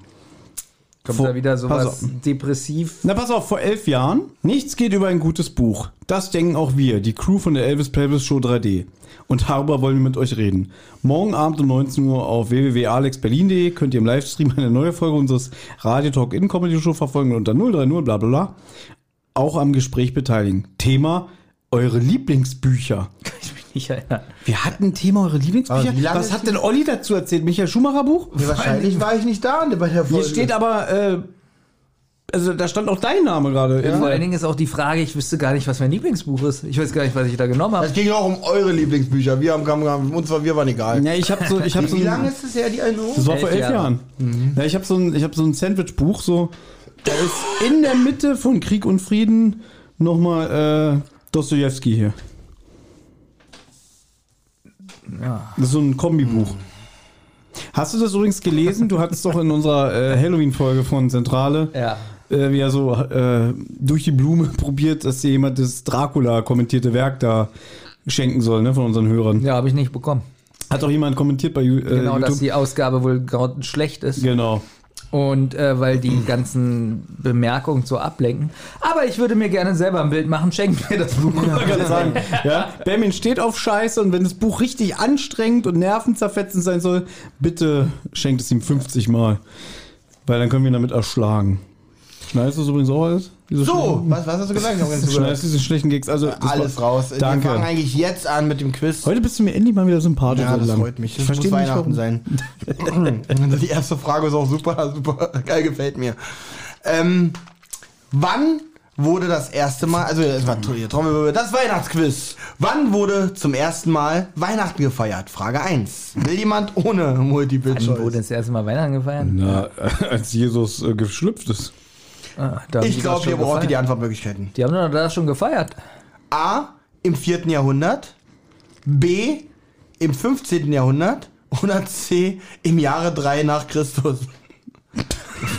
S3: Kommt
S2: Vor-
S3: da wieder sowas
S2: Pass
S3: depressiv.
S2: Na pass auf, vor elf Jahren, nichts geht über ein gutes Buch. Das denken auch wir, die Crew von der Elvis Pelvis Show 3D. Und darüber wollen wir mit euch reden. Morgen Abend um 19 Uhr auf www.alexberlin.de könnt ihr im Livestream eine neue Folge unseres Radio Talk in Comedy Show verfolgen und unter 030 bla bla bla. Auch am Gespräch beteiligen. Thema eure Lieblingsbücher.
S3: Kann ich mich nicht erinnern.
S2: Wir hatten Thema eure Lieblingsbücher.
S1: Aber wie lange
S2: Was
S1: ist
S2: hat denn Olli dazu erzählt? Michael Schumacher Buch?
S1: Wahrscheinlich war ich nicht da bei der
S2: Hier
S1: Folge.
S2: steht aber, äh, also da stand auch dein Name gerade. in-
S3: Vor allen Dingen ist auch die Frage, ich wüsste gar nicht, was mein Lieblingsbuch ist. Ich weiß gar nicht, was ich da genommen habe.
S1: Es ging auch um eure Lieblingsbücher. Wir haben, haben, haben uns war, wir waren egal.
S2: Ja, ich habe so, ich habe so.
S1: Wie
S2: ein-
S1: lange ist Mhm. es her, die Erinnerung?
S2: Das war vor
S3: Elf
S2: elf
S3: Jahre.
S2: Jahren. Ja, ich habe so ein, ich habe so ein Sandwich-Buch so. Da ist in der Mitte von Krieg und Frieden nochmal äh, Dostoevsky hier.
S3: Ja.
S2: Das ist so ein Kombibuch.
S1: Mhm.
S2: Hast du das übrigens gelesen? Du hattest doch in unserer äh, Halloween-Folge von Zentrale
S3: ja.
S2: äh, wie er so äh, durch die Blume probiert, dass dir jemand das Dracula-kommentierte Werk da schenken soll, ne, von unseren Hörern.
S3: Ja, habe ich nicht bekommen.
S2: Hat auch jemand kommentiert bei Ju- äh,
S3: Genau, dass
S2: YouTube?
S3: die Ausgabe wohl grottenschlecht ist.
S2: genau.
S3: Und äh, weil die ganzen Bemerkungen so ablenken. Aber ich würde mir gerne selber ein Bild machen. Schenkt mir das Buch.
S2: Ich kann sagen, ja, Benjamin steht auf Scheiße und wenn das Buch richtig anstrengend und nervenzerfetzend sein soll, bitte schenkt es ihm 50 Mal. Weil dann können wir ihn damit erschlagen. Schneidest du es übrigens auch alles? Diese
S1: So, was, was hast du gesagt? Ich hab ganz
S2: schlechten-
S1: zugehört.
S2: Schneidest du diese schlechten Gigs? Also, das
S1: Alles
S2: war-
S1: raus. Wir fangen
S2: Danke.
S1: eigentlich jetzt an mit dem Quiz.
S2: Heute bist du mir endlich mal wieder sympathisch.
S1: Ja,
S2: seit
S1: das
S2: langem.
S1: freut mich.
S2: Ich
S1: Das muss
S2: verstehe nicht,
S1: Weihnachten
S2: warum.
S1: sein. die erste Frage ist auch super, super geil, gefällt mir. Ähm, wann wurde das erste Mal, also es war hier Trommelwirbel, das Weihnachtsquiz. Wann wurde zum ersten Mal Weihnachten gefeiert? Frage 1. Will jemand ohne Multiple
S3: Wann wurde
S1: Choice?
S3: das erste Mal Weihnachten gefeiert?
S2: Na, als Jesus äh, geschlüpft ist.
S3: Ah, da haben die
S1: Ich
S3: doch
S1: glaube,
S3: schon
S1: ihr braucht hier die
S3: gefeiert.
S1: Antwortmöglichkeiten.
S3: Die haben doch da schon gefeiert.
S1: A. Im 4. Jahrhundert. B. Im 15. Jahrhundert. Oder C. Im Jahre 3 nach Christus.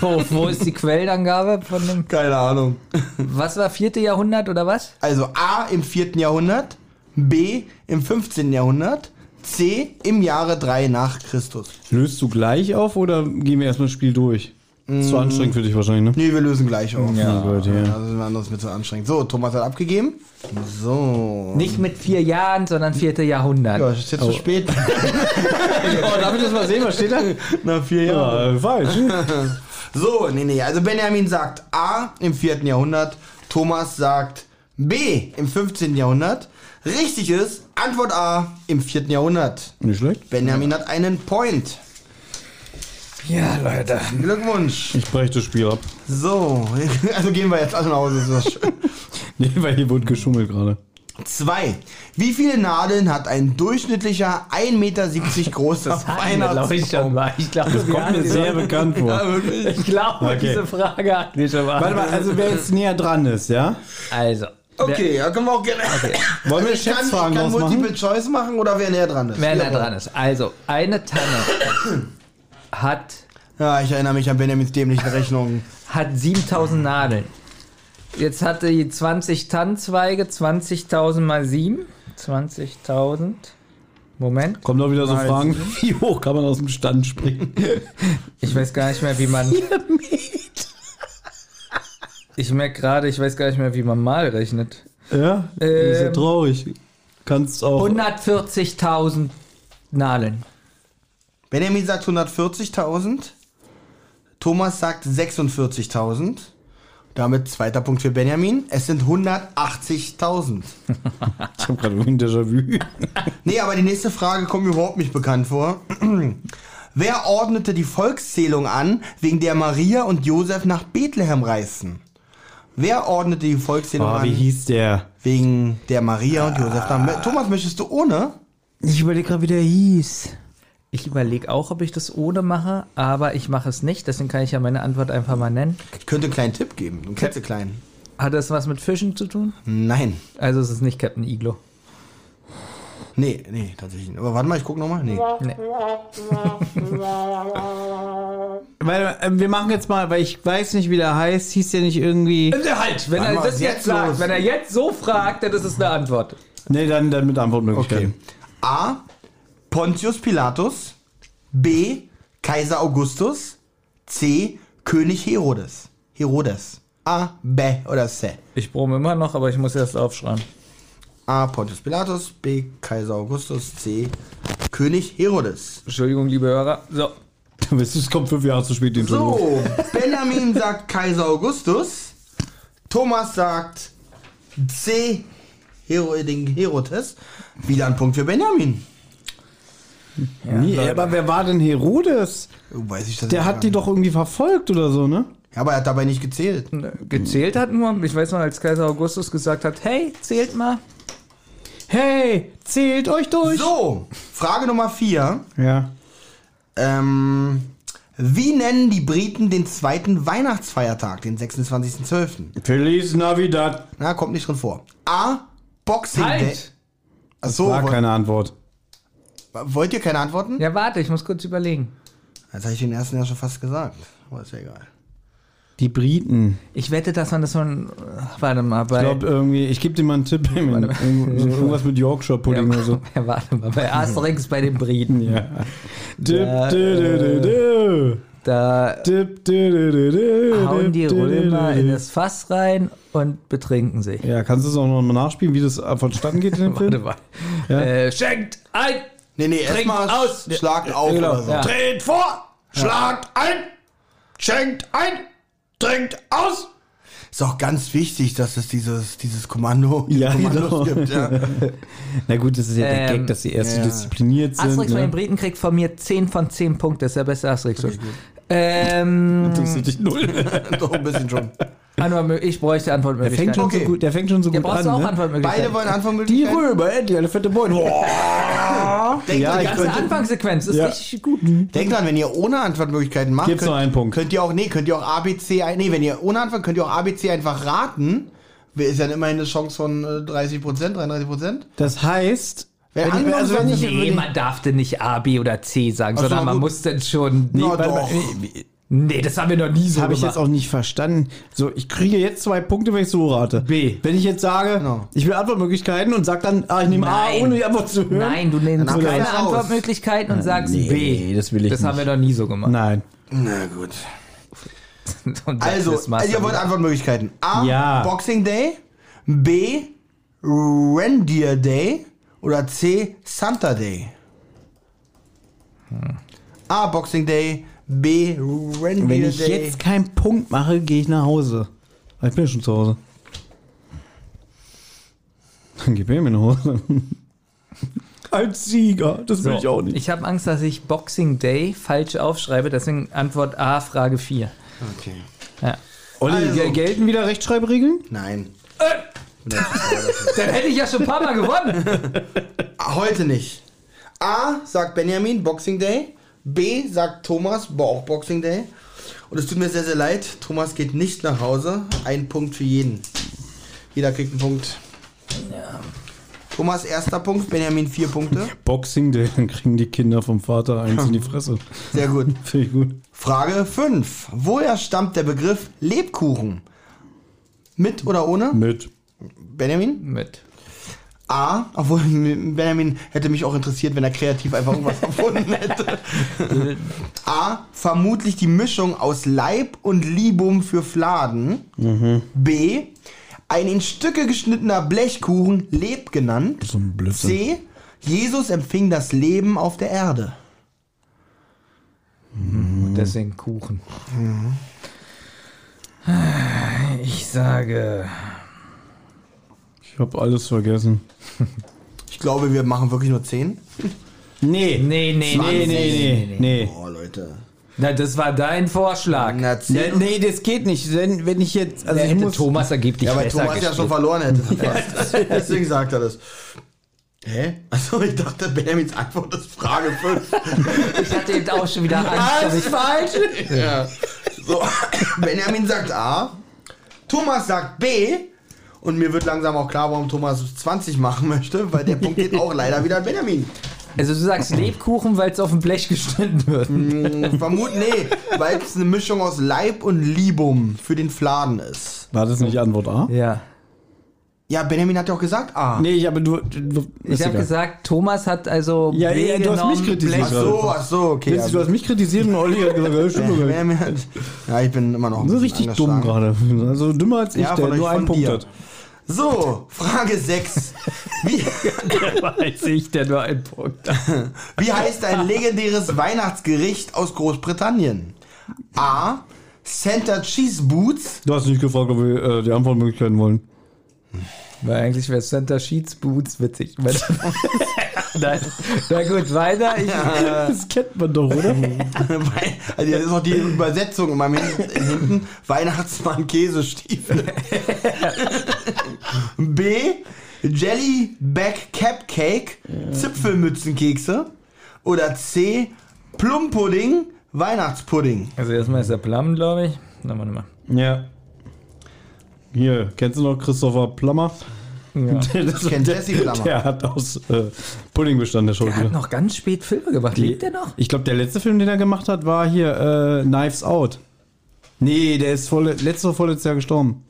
S3: Wo, wo ist die Quellenangabe von dem?
S1: Keine Ahnung.
S3: Was war vierte Jahrhundert oder was?
S1: Also A im 4. Jahrhundert, B im 15. Jahrhundert, C im Jahre 3 nach Christus.
S2: Löst du gleich auf oder gehen wir erstmal das Spiel durch? Ist zu anstrengend für dich wahrscheinlich, ne?
S1: Nee, wir lösen gleich auf.
S2: Ja, gut, ja.
S1: Das ist mir anders mit so anstrengend. So, Thomas hat abgegeben. So. Oh.
S3: Nicht mit vier Jahren, sondern vierte Jahrhundert.
S1: Ja, es ist jetzt zu spät.
S2: darf ich das mal sehen? Was steht da?
S1: Nach vier
S2: Ja, äh, falsch.
S1: So, nee, nee. Also Benjamin sagt A im 4. Jahrhundert, Thomas sagt B im 15. Jahrhundert. Richtig ist Antwort A im 4. Jahrhundert.
S2: Nicht schlecht.
S1: Benjamin hat einen Point.
S3: Ja, Leute.
S1: Glückwunsch.
S2: Ich breche das Spiel ab.
S1: So, also gehen wir jetzt alle nach Hause. Ist das schön.
S2: Nee, weil hier wurde geschummelt gerade.
S1: 2. Wie viele Nadeln hat ein durchschnittlicher 1,70 Meter großer Weihnachtsbaum?
S3: mal. Ich glaube, das
S2: Kommt mir sehr bekannt vor.
S3: Ich glaube,
S2: Okay.
S3: diese Frage hat wir schon mal.
S2: Warte mal, also wer jetzt näher dran ist, ja? Also
S3: Also.
S1: Okay, ja, können wir auch gerne.
S2: Wollen wir
S1: Ich kann, ich
S2: Schätzfragen
S1: kann
S2: draus machen?
S1: Multiple Choice machen oder wer näher dran ist.
S3: Wer da
S1: Jawohl.
S3: dran ist. Also, eine Tanne hat,
S1: Ja, ich erinnere mich an Benjamins dämlichen Rechnungen.
S3: hat 7000 Nadeln. Jetzt hat die 20 Tannenzweige, 20.000 mal 7. 20.000. Moment.
S2: Kommen doch wieder so
S3: Mal
S2: Fragen, wie hoch kann man aus dem Stand springen?
S3: Ich weiß gar nicht mehr, wie man. Ich merke gerade, ich weiß gar nicht mehr, wie man mal rechnet.
S2: Ja, ist ja
S3: Ähm.
S2: traurig. Kannst auch.
S3: 140.000 Nadeln.
S1: Benjamin sagt 140.000. Thomas sagt 46.000. Damit zweiter Punkt für Benjamin. Es sind 180.000.
S2: Ich habe gerade ein Déjà-vu.
S1: Nee, aber die nächste Frage kommt mir überhaupt nicht bekannt vor. Wer ordnete die Volkszählung an, wegen der Maria und Josef nach Bethlehem reisten? Wer ordnete die Volkszählung
S2: Oh, wie
S1: an,
S2: hieß der?
S1: wegen der Maria und Josef nach Thomas, möchtest du ohne?
S3: Ich überlege gerade, wie der hieß. Ich überlege auch, ob ich das ohne mache, aber ich mache es nicht. Deswegen kann ich ja meine Antwort einfach mal nennen.
S1: Ich könnte einen kleinen Tipp geben, einen klitzekleinen.
S3: Hat das was mit Fischen zu tun?
S1: Nein.
S3: Also es ist nicht Captain Iglo.
S1: Nee, nee, tatsächlich nicht. Aber warte mal, ich guck nochmal. Nee.
S2: Weil, ähm, wir machen jetzt mal, weil ich weiß nicht, wie der heißt. Hieß der nicht irgendwie.
S3: Halt, wenn
S1: Wann
S3: er
S1: war
S3: das
S1: es
S3: jetzt
S1: jetzt
S3: sagt,
S1: los?
S3: wenn er jetzt so fragt, dann ist es eine Antwort.
S2: Nee, dann, dann mit
S1: Okay.
S2: Antwortmöglichkeiten.
S1: A. Pontius Pilatus. B. Kaiser Augustus. C. König Herodes. Herodes. A, B oder C.
S3: Ich brumme immer noch, aber ich muss erst aufschreiben.
S1: A. Pontius Pilatus. B. Kaiser Augustus. C. König Herodes.
S3: Entschuldigung, liebe Hörer. So.
S2: Du bist, es kommt fünf Jahre zu spät, die Entschuldigung.
S1: So, Benjamin sagt Kaiser Augustus. Thomas sagt C. Hero, den Herodes. Wieder ein Punkt für Benjamin.
S2: Nee, aber wer war denn Herodes?
S1: Weiß ich das
S2: Der
S1: nicht
S2: hat die doch irgendwie verfolgt oder so, ne?
S1: Ja, aber er hat dabei nicht gezählt.
S3: Gezählt hat nur, ich weiß noch, als Kaiser Augustus gesagt hat, hey, zählt mal.
S2: Hey, zählt euch durch!
S1: So, Frage Nummer 4.
S2: Ja.
S1: Ähm, wie nennen die Briten den zweiten Weihnachtsfeiertag, den 26.12.?
S2: Feliz Navidad.
S1: Na, kommt nicht drin vor. A. Boxing Day.
S3: Halt!
S1: Achso,
S2: War keine Antwort.
S1: wollt, wollt ihr keine Antworten?
S3: Ja, warte, ich muss kurz überlegen.
S1: Jetzt habe ich den ersten ja schon fast gesagt. Aber ist ja egal.
S2: Die Briten.
S3: Ich wette, dass man das so ein. Ach, Warte mal, bei.
S2: Ich glaube irgendwie, ich gebe dir mal einen Tipp. Irgend- so Irgendwas mit Yorkshire Pudding oder so.
S3: ja, warte mal, bei Asterix bei den Briten.
S2: Ja. Dip, dü, dü, dü, dü.
S3: Da
S2: Dip, dü, dü, dü, dü.
S3: hauen
S2: Dip,
S3: die
S2: dü, dü,
S3: Römer
S2: dü,
S3: in
S2: dü.
S3: das Fass rein und betrinken sich.
S2: Ja, kannst du es auch noch mal nachspielen, wie das äh, vonstatten geht in dem
S3: Warte
S2: Film?
S3: mal. Äh, schenkt ein!
S1: Nee, nee,
S3: Trinkt
S1: erstmal
S3: aus!
S1: sch- schlagt auf
S3: genau,
S1: oder so.
S3: ja.
S1: Dreht vor! Schlagt ein! Schenkt ein! Trinkt aus! Ist auch ganz wichtig, dass es dieses, dieses Kommando
S2: Ja,
S1: Kommandos
S2: genau.
S1: gibt. Ja.
S2: Na gut, das ist ja der
S3: Ähm,
S2: Gag, dass die erst so
S1: ja.
S2: diszipliniert sind.
S3: Asterix bei den
S2: ne?
S3: Briten kriegt von mir 10 von 10 Punkten. Das ist der beste Asterix. Ähm,
S2: Interessiert dich null.
S1: Doch ein bisschen schon.
S3: Antwort- ich bräuchte
S2: Der fängt
S3: Antwortmöglichkeiten.
S2: schon
S1: Okay.
S2: so gut, der fängt schon so
S3: Ja,
S2: gut an.
S3: brauchst du auch
S2: Ne?
S1: Beide
S3: Antwortmöglichkeiten.
S1: wollen
S2: Die
S1: Antwortmöglichkeiten.
S2: Römer, endlich eine fette Beute.
S1: Denkt
S2: Ja,
S1: dran,
S2: ich
S1: ihr
S3: Die ganze
S1: könnt-
S3: Anfangssequenz ist
S2: Ja.
S3: richtig gut.
S1: denkt dran, wenn ihr ohne Antwortmöglichkeiten macht,
S2: Gibt's
S1: könnt,
S2: noch einen Punkt.
S1: könnt ihr auch, nee, könnt ihr auch ABC, ein- nee, wenn ihr ohne Antwort, könnt ihr auch ABC einfach raten. Wer Ist ja immerhin eine Chance von äh, 30 Prozent, 33 Prozent.
S2: Das heißt,
S1: Wenn
S2: Also ich-
S3: also
S1: angenommen, Also wenn ich-
S3: Nee, man darf denn nicht A, B oder C sagen,
S1: Ach so,
S3: sondern man
S1: gut.
S3: muss denn schon. Nee,
S1: Na
S2: warte mal,
S1: doch.
S3: nee, das haben wir noch nie so
S2: Das habe ich
S3: gemacht.
S2: jetzt auch nicht verstanden. So, ich kriege jetzt zwei Punkte, wenn ich so rate.
S3: B.
S2: Wenn ich jetzt sage,
S1: Genau.
S2: ich will Antwortmöglichkeiten und sag dann, ah, ich nehme A,
S3: Nein.
S2: ohne die Antwort zu hören.
S3: Nein, du nimmst
S1: Dann
S3: keine
S1: lass aus.
S3: Antwortmöglichkeiten und sagst
S2: Äh, nee,
S3: B.
S2: das will ich
S3: Das haben wir
S2: nicht.
S3: noch nie so gemacht.
S2: Nein.
S1: Na gut.
S3: Und das
S1: Also,
S3: ist Master
S1: also ihr wollt
S3: wieder.
S1: Antwortmöglichkeiten. A.
S2: Ja.
S1: Boxing Day. B. Reindeer Day. Oder C. Santa Day. A. Boxing Day. B. Reindeer
S2: Wenn ich
S1: Day.
S2: jetzt keinen Punkt mache, gehe ich nach Hause. Aber Ich bin ja schon zu Hause. Dann gib mir eine Hose. ein Sieger. Das will ich auch nicht.
S3: Ich habe Angst, dass ich Boxing Day falsch aufschreibe, deswegen Antwort A, Frage 4.
S1: Okay.
S3: Ja.
S2: Olli,
S1: Also.
S2: gel- gelten wieder Rechtschreibregeln?
S1: Nein.
S3: Dann hätte ich ja schon ein paar Mal gewonnen.
S1: Heute nicht. A sagt Benjamin Boxing Day. B sagt Thomas bo- auch Boxing Day. Und es tut mir sehr, sehr leid. Thomas geht nicht nach Hause. Ein Punkt für jeden. Jeder kriegt einen Punkt. Thomas erster Punkt, Benjamin vier Punkte.
S2: Boxing, Day, dann kriegen die Kinder vom Vater eins in die Fresse.
S1: Sehr gut.
S2: Finde ich gut.
S1: Frage 5. Woher stammt der Begriff Lebkuchen? Mit oder ohne?
S2: Mit.
S1: Benjamin?
S3: Mit.
S1: A, obwohl Benjamin hätte mich auch interessiert, wenn er kreativ einfach irgendwas erfunden hätte. A, vermutlich die Mischung aus Leib und Libum für Fladen.
S2: Mhm.
S1: B, ein in Stücke geschnittener Blechkuchen, Leb genannt.
S2: So ein Blödsinn.
S1: C, Jesus empfing das Leben auf der Erde.
S2: Mhm.
S3: Deswegen Kuchen. Mhm. Ich sage.
S2: Ich habe alles vergessen.
S1: Ich glaube, wir machen wirklich nur 10.
S2: Nee.
S3: Nee, nee, nee, nee, nee, nee.
S2: Nee.
S1: Oh, Leute.
S3: Na, das war dein Vorschlag.
S1: Na, 10.
S2: Ja, nee, das geht nicht. Wenn, wenn ich jetzt. Also
S3: Der
S2: ich
S3: hätte
S2: muss,
S3: Thomas ergeblich
S1: Ja, weil
S3: besser
S1: Thomas ja schon
S3: gespielt.
S1: verloren hätte. fast. Deswegen sagt er das. Hä? Also ich dachte, Benjamins Antwort ist Frage 5.
S3: Ich hatte eben auch schon wieder Angst, dass
S1: Alles
S3: ich
S1: Ah, falsch! Ja. So, Benjamin sagt A, Thomas sagt B und mir wird langsam auch klar, warum Thomas 20 machen möchte, weil der Punkt geht auch leider wieder an Benjamin.
S3: Also du sagst
S2: Mhm.
S3: Lebkuchen, weil es auf dem Blech geschnitten wird.
S1: Vermuten, nee, weil es eine Mischung aus Leib und Libum für den Fladen ist.
S2: War das nicht Antwort A?
S3: Ja.
S1: Ja, Benjamin hat ja auch gesagt A.
S2: Nee, aber du. du
S3: Ich habe gesagt, Thomas hat also
S2: Ja,
S3: B
S2: ja, du hast mich
S3: genommen,
S2: kritisiert.
S1: Ach so, ach so, okay.
S2: Willst du, du hast mich kritisiert und Olli hat gesagt, ja, stimmt.
S1: Ja,
S2: sogar.
S1: Benjamin hat- ja, ich bin immer noch ein
S2: So
S1: bisschen
S2: richtig dumm
S1: angeschlagen.
S2: gerade. Also dümmer als ich,
S1: Ja,
S2: der
S1: von euch,
S2: nur einen
S1: von
S2: Punkt
S1: dir.
S2: hat.
S1: So, Frage 6. Wie,
S3: Weiß ich, der nur einen Punkt.
S1: wie heißt ein legendäres Weihnachtsgericht aus Großbritannien? A. Santa Cheese Boots.
S2: Du hast nicht gefragt, ob wir äh, die Antwortmöglichkeiten wollen.
S3: Weil eigentlich wäre Santa Sheets Boots witzig. Nein. Na gut, weiter. Ich,
S2: Das kennt man doch, oder?
S1: Weil- Also das ist auch die Übersetzung in meinem Hin- hinten. Weihnachtsmann Käsestiefel. B. Jellyback Capcake. Zipfelmützenkekse. Oder C. Plumpudding. Weihnachtspudding.
S3: Also erstmal ist er Plum, glaube ich. Nochmal, nochmal.
S2: ja. Hier, kennst du noch Christopher Plummer?
S3: Ja.
S2: Das,
S1: Ich kenn Jesse Plummer.
S2: Der hat aus äh, Pudding bestanden, der
S3: Hat
S2: Schauspieler.
S3: noch ganz spät Filme gemacht. Lebt der noch?
S2: Ich glaube, der letzte Film, den er gemacht hat, war hier äh, Knives Out. Nee, der ist volle, letzte vorletztes Jahr gestorben.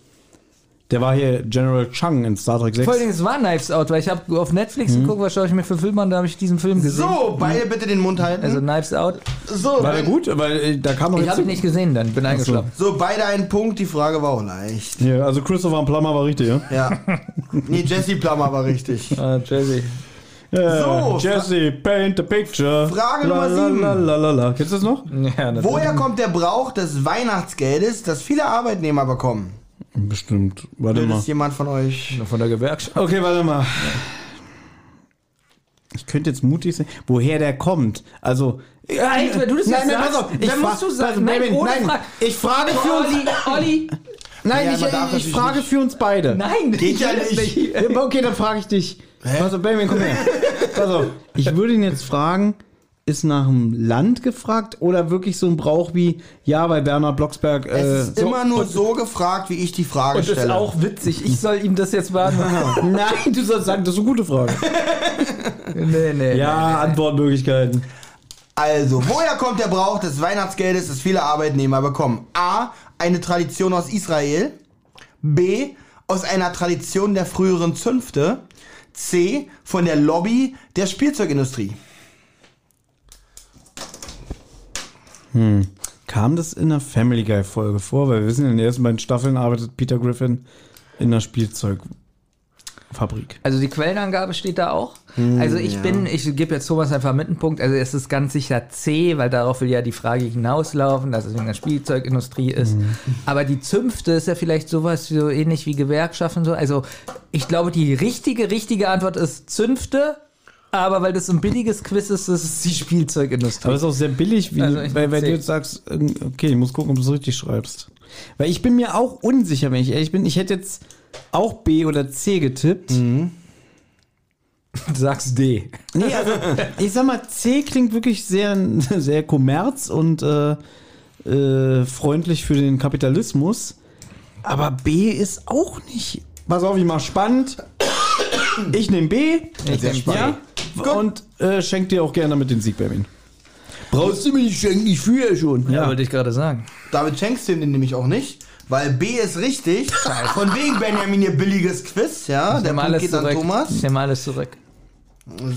S2: Der war hier General Chung in Star Trek 6.
S3: Vor allen Dingen, es war Knives Out, weil ich habe auf Netflix geguckt, was schaue ich mir für Filme an, da habe ich diesen Film gesehen.
S1: So, beide bitte den Mund halten.
S3: Also Knives Out.
S1: so,
S2: war der
S1: dann-
S2: gut? Weil äh, da kam noch
S3: Ich habe ihn nicht gesehen dann, bin eingeschlafen.
S1: So, beide einen Punkt, die Frage war auch leicht.
S2: Ja, also Christopher Plummer war richtig, ja?
S1: Ja. Nee, Jesse Plummer war richtig.
S3: Ah, Jesse.
S2: Äh,
S1: So,
S2: Jesse, paint the picture.
S1: Frage
S2: la,
S1: Nummer sieben.
S2: La, la, la, la. Kennst du das noch?
S3: Ja, natürlich.
S1: Woher kommt der Brauch des Weihnachtsgeldes, das viele Arbeitnehmer bekommen?
S2: Bestimmt. Warte
S1: Will
S2: mal.
S1: das jemand von euch?
S3: Von der Gewerkschaft.
S2: Okay, warte mal. Ich könnte jetzt mutig sein, woher der kommt. Also.
S3: Alter, wenn du das jetzt sagst,
S2: pass auf,
S3: dann musst du sagen, nein, ohne Oh, Frage.
S2: ich frage für uns.
S3: Olli, Olli.
S2: Nein,
S1: Ja,
S2: ich,
S1: man darf
S2: ich,
S1: natürlich
S2: frage
S1: nicht.
S2: für uns beide.
S3: Nein,
S1: Geht ja
S3: das
S1: nicht.
S2: Ja, Okay, dann frage ich dich. Pass auf, Benjamin, komm her. Pass auf. Ich würde ihn jetzt fragen, ist nach dem Land gefragt oder wirklich so ein Brauch wie, ja, bei Werner Blocksberg. Äh,
S1: Es ist
S2: so-
S1: immer nur so gefragt, wie ich die Frage
S3: Und das ist
S1: stelle.
S3: auch witzig. Ich soll ihm das jetzt beantworten.
S2: Nein, du sollst sagen, das ist eine gute Frage.
S3: nee, nee.
S2: Ja, Antwortmöglichkeiten.
S1: Also, woher kommt der Brauch des Weihnachtsgeldes, das viele Arbeitnehmer bekommen? A. Eine Tradition aus Israel. B. Aus einer Tradition der früheren Zünfte. C. Von der Lobby der Spielzeugindustrie.
S2: Kam das in der Family Guy Folge vor? Weil wir wissen, in den ersten beiden Staffeln arbeitet Peter Griffin in einer Spielzeugfabrik.
S3: Also die Quellenangabe steht da auch.
S1: Hm,
S3: Also ich bin, ich gebe jetzt Thomas einfach mit einen Punkt. Also es ist ganz sicher C, weil darauf will ja die Frage hinauslaufen, dass es in der Spielzeugindustrie ist.
S1: Hm.
S3: Aber die Zünfte ist ja vielleicht sowas so ähnlich wie Gewerkschaften so. Also ich glaube, die richtige, richtige Antwort ist Zünfte aber weil das so ein billiges Quiz ist, das ist die Spielzeugindustrie.
S2: Aber es ist auch sehr billig, wie,
S3: Also ich
S2: weil, wenn du
S3: zähl.
S2: jetzt sagst, ähm, okay, ich muss gucken, ob du es richtig schreibst. Weil ich bin mir auch unsicher, wenn ich ehrlich bin. Ich hätte jetzt auch B oder C getippt.
S3: du sagst D.
S2: Nee, also ich sag mal, C klingt wirklich sehr, sehr kommerz und äh, äh, freundlich für den Kapitalismus. Aber B ist auch nicht. Pass auf, ich mach spannend. Ich nehme B.
S3: Ich
S1: Sehr
S3: nehm
S1: spannend.
S2: Ja, und äh, schenk dir auch gerne damit den Sieg bei mir.
S1: Brauchst du mir nicht schenken, ich fühle ja schon.
S3: D. Ja, wollte ich gerade sagen.
S1: David schenkst du ihm den nämlich auch nicht, weil B ist richtig. Von wegen Benjamin, ihr billiges Quiz, ja. Der
S3: Nimm
S1: Punkt
S3: alles
S1: geht
S3: zurück.
S1: an Thomas.
S3: Ich nehme alles zurück.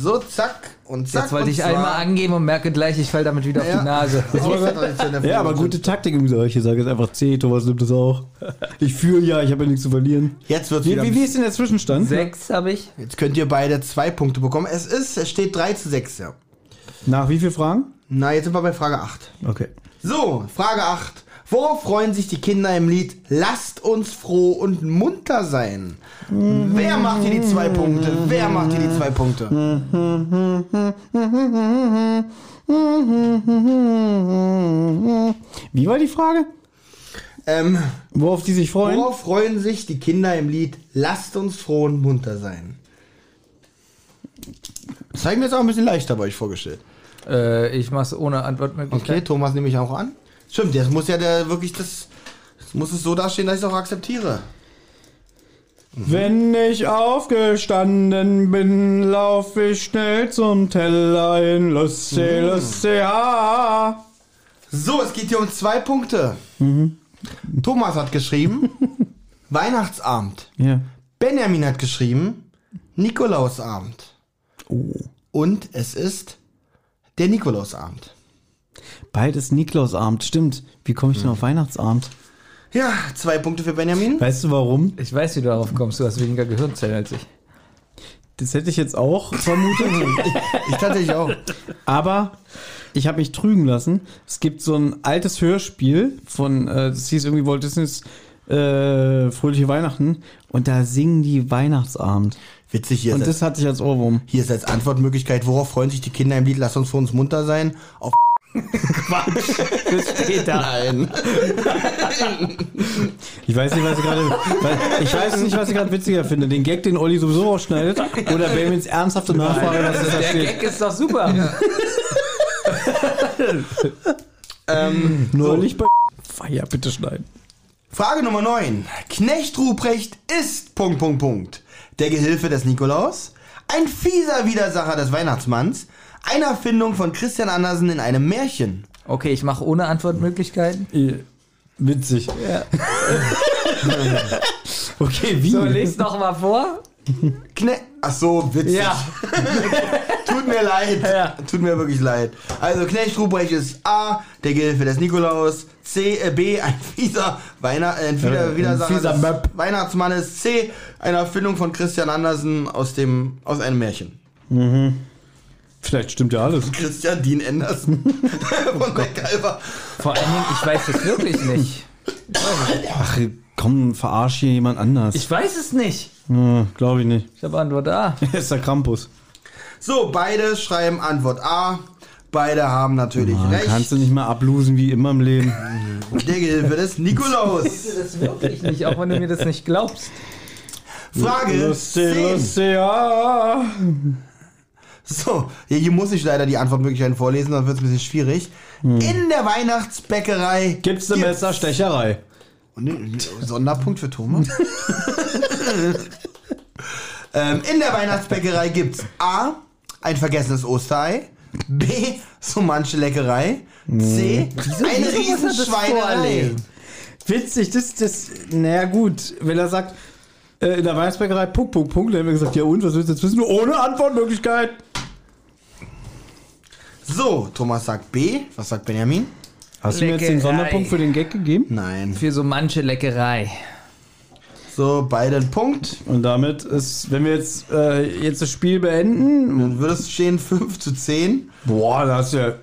S1: So, zack und zack.
S3: Jetzt wollte
S1: und
S3: ich
S1: zwar-
S3: einmal angeben und merke gleich, ich falle damit wieder auf
S1: Ja.
S3: die Nase.
S1: Ausradiation der
S2: Ja, aber
S1: Verlust.
S2: gute Taktik im Solche. Ich sage jetzt einfach C, Thomas nimmt das auch. Ich fühle ja, ich habe ja nichts zu verlieren.
S1: Jetzt wird's
S2: Wie,
S1: wieder.
S2: wie, wie ist denn der Zwischenstand?
S3: Sechs habe ich.
S1: Jetzt könnt ihr beide zwei Punkte bekommen. Es ist, es steht 3 zu 6, ja.
S2: Nach wie vielen Fragen?
S1: Na, jetzt sind wir bei Frage 8.
S2: Okay.
S1: So, Frage 8. Worauf freuen sich die Kinder im Lied Lasst uns froh und munter sein? Wer macht hier die zwei Punkte? Wer macht hier die zwei Punkte?
S2: Wie war die Frage?
S1: Ähm,
S2: Worauf die sich freuen?
S1: worauf freuen sich die Kinder im Lied Lasst uns froh und munter sein? Das habe ich mir jetzt auch ein bisschen leichter bei euch vorgestellt.
S3: Äh, ich mache es ohne
S1: Okay,
S3: Antwortmöglichkeit.
S1: Thomas nehme ich auch an. Stimmt, jetzt muss ja der wirklich das. Jetzt muss es so dastehen, dass ich es auch akzeptiere.
S2: Wenn ich aufgestanden bin, lauf ich schnell zum Teller in Lustig, lustig, ha.
S1: So, es geht hier um zwei Punkte.
S2: Mhm.
S1: Thomas hat geschrieben, Weihnachtsabend.
S2: Ja.
S1: Benjamin hat geschrieben, Nikolausabend.
S2: Oh.
S1: Und es ist der Nikolausabend.
S2: Bald ist Niklausabend, stimmt. Wie komme ich denn auf Weihnachtsabend?
S1: Ja, zwei Punkte für Benjamin.
S2: Weißt du warum?
S3: Ich weiß, wie du darauf kommst. Du hast weniger Gehirnzellen als ich.
S2: Das hätte ich jetzt auch vermutet.
S1: Ich tatsächlich auch.
S2: Aber ich habe mich trügen lassen. Es gibt so ein altes Hörspiel von, äh, das hieß irgendwie Walt Disneys äh, Fröhliche Weihnachten. Und da singen die Weihnachtsabend.
S1: Witzig hier.
S2: Und
S1: Ist
S2: das hatte ich als Ohrwurm.
S1: als, hier ist als Antwortmöglichkeit, worauf freuen sich die Kinder im Lied? Lass uns für uns munter sein. Auf
S3: Peter.
S1: Nein.
S2: Ich weiß nicht, was ich gerade, weil- ich weiß nicht, was ich gerade witziger finde. Den Gag, den Olli sowieso rausschneidet, oder Bamins ernsthafte Nachfrage, was das da
S3: Der
S2: steht.
S3: Gag ist doch super.
S2: Nur nicht bei Feier, bitte schneiden.
S1: Frage Nummer 9. Knecht Ruprecht ist Punkt, Punkt, Punkt. Der Gehilfe des Nikolaus, ein fieser Widersacher des Weihnachtsmanns, eine Erfindung von Christian Andersen in einem Märchen.
S3: Okay, ich mache ohne Antwortmöglichkeiten.
S2: Äh, Witzig. okay, wie?
S3: So, leg's noch mal vor.
S1: Kne Ach so, witzig.
S3: Ja.
S1: Tut mir leid.
S3: Ja.
S1: Tut mir wirklich leid. Also Knecht Ruprecht ist A, der Gehilfe des Nikolaus, C, äh, B, ein fieser, Weihna äh, ein fieser
S2: ein
S1: Widersacher
S2: fieser
S1: des
S2: Möb.
S1: Weihnachtsmannes, C, eine Erfindung von Christian Andersen aus, dem, aus einem Märchen.
S2: Vielleicht stimmt ja alles.
S1: Christian Dean Anderson von MacGyver.
S3: Vor allen Dingen, ich weiß es wirklich nicht.
S2: Ach, komm, verarsch hier jemand anders.
S3: Ich weiß es nicht.
S2: Glaube ich nicht.
S3: Ich habe Antwort A.
S2: Er ist der Krampus.
S1: So, beide schreiben Antwort A. Beide haben natürlich
S2: Dann Ah, kannst
S1: recht.
S2: du nicht mal ablosen wie immer im Leben.
S1: Der Gehilfe des Nikolaus.
S3: Das wirklich nicht, auch wenn du mir das nicht glaubst.
S1: Frage
S2: Lustig,
S1: 10.
S2: lustig, ja.
S1: So, hier, hier muss ich leider die Antwortmöglichkeiten vorlesen, sonst wird es ein bisschen schwierig.
S3: Hm.
S1: In der Weihnachtsbäckerei
S2: Gibt's eine
S1: gibt's- Oh,
S2: Messerstecherei?
S1: Und den- Sonderpunkt für Thomas. ähm, in der Weihnachtsbäckerei gibt's A. Ein vergessenes Osterei. B. So manche Leckerei. C. Eine
S3: Hm. wieso muss er das
S1: Riesenschweinerei.
S3: vorlesen?
S2: Witzig, das, das, naja gut, wenn er sagt, äh, in der Weihnachtsbäckerei, Punkt, Punkt, Punkt, dann haben wir gesagt, ja und, was willst du jetzt wissen? Ohne Antwortmöglichkeit.
S1: So, Thomas sagt B. Was sagt Benjamin?
S2: Hast du mir jetzt den
S3: Leckerei.
S2: Sonderpunkt für den Gag gegeben?
S1: Nein.
S3: Für so manche Leckerei.
S1: So, beide einen Punkt.
S2: Und damit ist, wenn wir jetzt, äh, jetzt das Spiel beenden,
S1: Dann würde es stehen 5 zu 10.
S2: boah, da hast du ja, uh,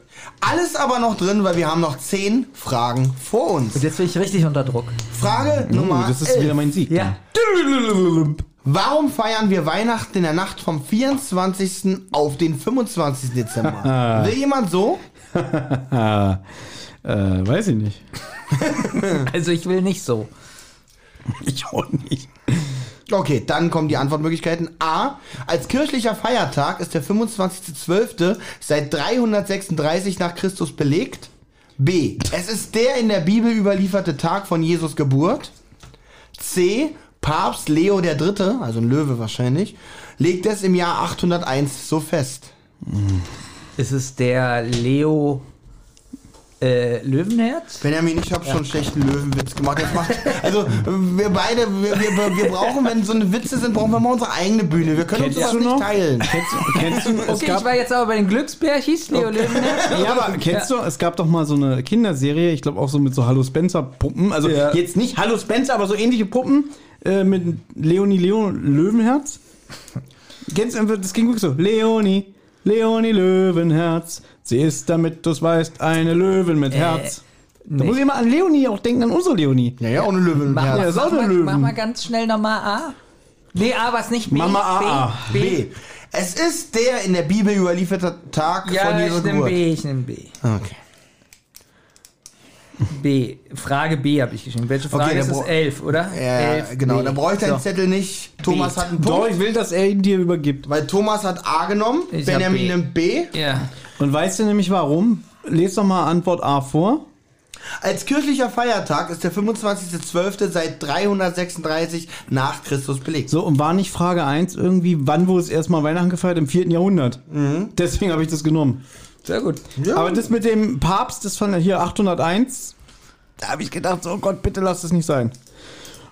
S1: Alles aber noch drin, weil wir haben noch 10 Fragen vor uns.
S3: Und jetzt bin ich richtig unter Druck.
S1: Frage Nummer
S2: Uh, das ist
S1: 11.
S2: wieder mein Sieg.
S3: Ja.
S2: dann.
S1: Warum feiern wir Weihnachten in der Nacht vom 24. auf den 25. Dezember? Will jemand so?
S2: Äh, weiß ich nicht.
S3: Also ich will nicht so.
S2: Ich auch nicht.
S1: Okay, dann kommen die Antwortmöglichkeiten. A. Als kirchlicher Feiertag ist der 25.12. seit 336 nach Christus belegt. B. Es ist der in der Bibel überlieferte Tag von Jesus Geburt. C. Papst Leo III., also ein Löwe wahrscheinlich, legt es im Jahr 801 so fest.
S3: Ist es der Leo äh, Löwenherz?
S1: Benjamin, ich habe schon einen schlechten Löwenwitz gemacht. Jetzt macht, also wir beide, wir, wir, wir brauchen, wenn so eine Witze sind, brauchen wir mal unsere eigene Bühne. Wir können
S2: Kennst
S1: uns das
S2: du
S1: nicht
S2: noch?
S1: teilen.
S2: Kennst, du- kennst du, es
S3: Okay, ich war jetzt aber bei den Glücksbärchis, Leo Löwenherz.
S2: Ja, aber kennst du, es gab doch mal so eine Kinderserie, ich glaube auch so mit so Hallo Spencer Puppen, also
S3: Ja.
S2: jetzt nicht Hallo Spencer, aber so ähnliche Puppen äh, mit Leonie Leon Löwenherz. Kennst du, das ging wirklich so, Leonie, Leonie Löwenherz, sie ist, damit du es weißt, eine Löwen mit Herz. Da muss ich immer an Leonie auch denken, an unsere Leonie.
S1: Ja, ja, ohne Löwen.
S3: Mach,
S1: ja.
S3: mal,
S2: das ist auch
S3: mach,
S2: der
S3: mal,
S2: Löwen.
S3: mach mal ganz schnell nochmal A. Nee, A war es nicht. B,
S2: Mama A,
S3: B. B.
S1: B. Es ist der in der Bibel überlieferte Tag von
S3: Ja,
S1: Jesu
S3: ich nehme
S1: Geburt.
S3: B, ich nehme B.
S1: Okay.
S3: B. Frage B habe ich geschrieben. Welche Frage
S1: Okay,
S3: ist
S1: dann
S3: es?
S1: bra-
S3: 11, oder?
S1: Ja,
S3: Elf,
S1: genau.
S3: B.
S1: Da brauche ich deinen
S3: So.
S1: Zettel nicht. Thomas
S3: B.
S1: hat einen
S2: Doch,
S1: Punkt,
S2: ich will, dass er ihn dir übergibt.
S1: weil Thomas hat A genommen,
S3: Ich hab
S1: Benjamin
S3: B.
S1: nimmt B.
S3: Ja.
S2: Und weißt du nämlich warum? Lies doch mal Antwort A vor.
S1: Als kirchlicher Feiertag ist der 25.12. seit 336 nach Christus belegt.
S2: So, und war nicht Frage 1 irgendwie, wann wurde es erstmal Weihnachten gefeiert? Im 4. Jahrhundert. Deswegen habe ich das genommen.
S3: Sehr gut.
S2: Aber das mit dem Papst, das fand ja hier 801. Da habe ich gedacht, so, oh Gott, bitte lass das nicht sein.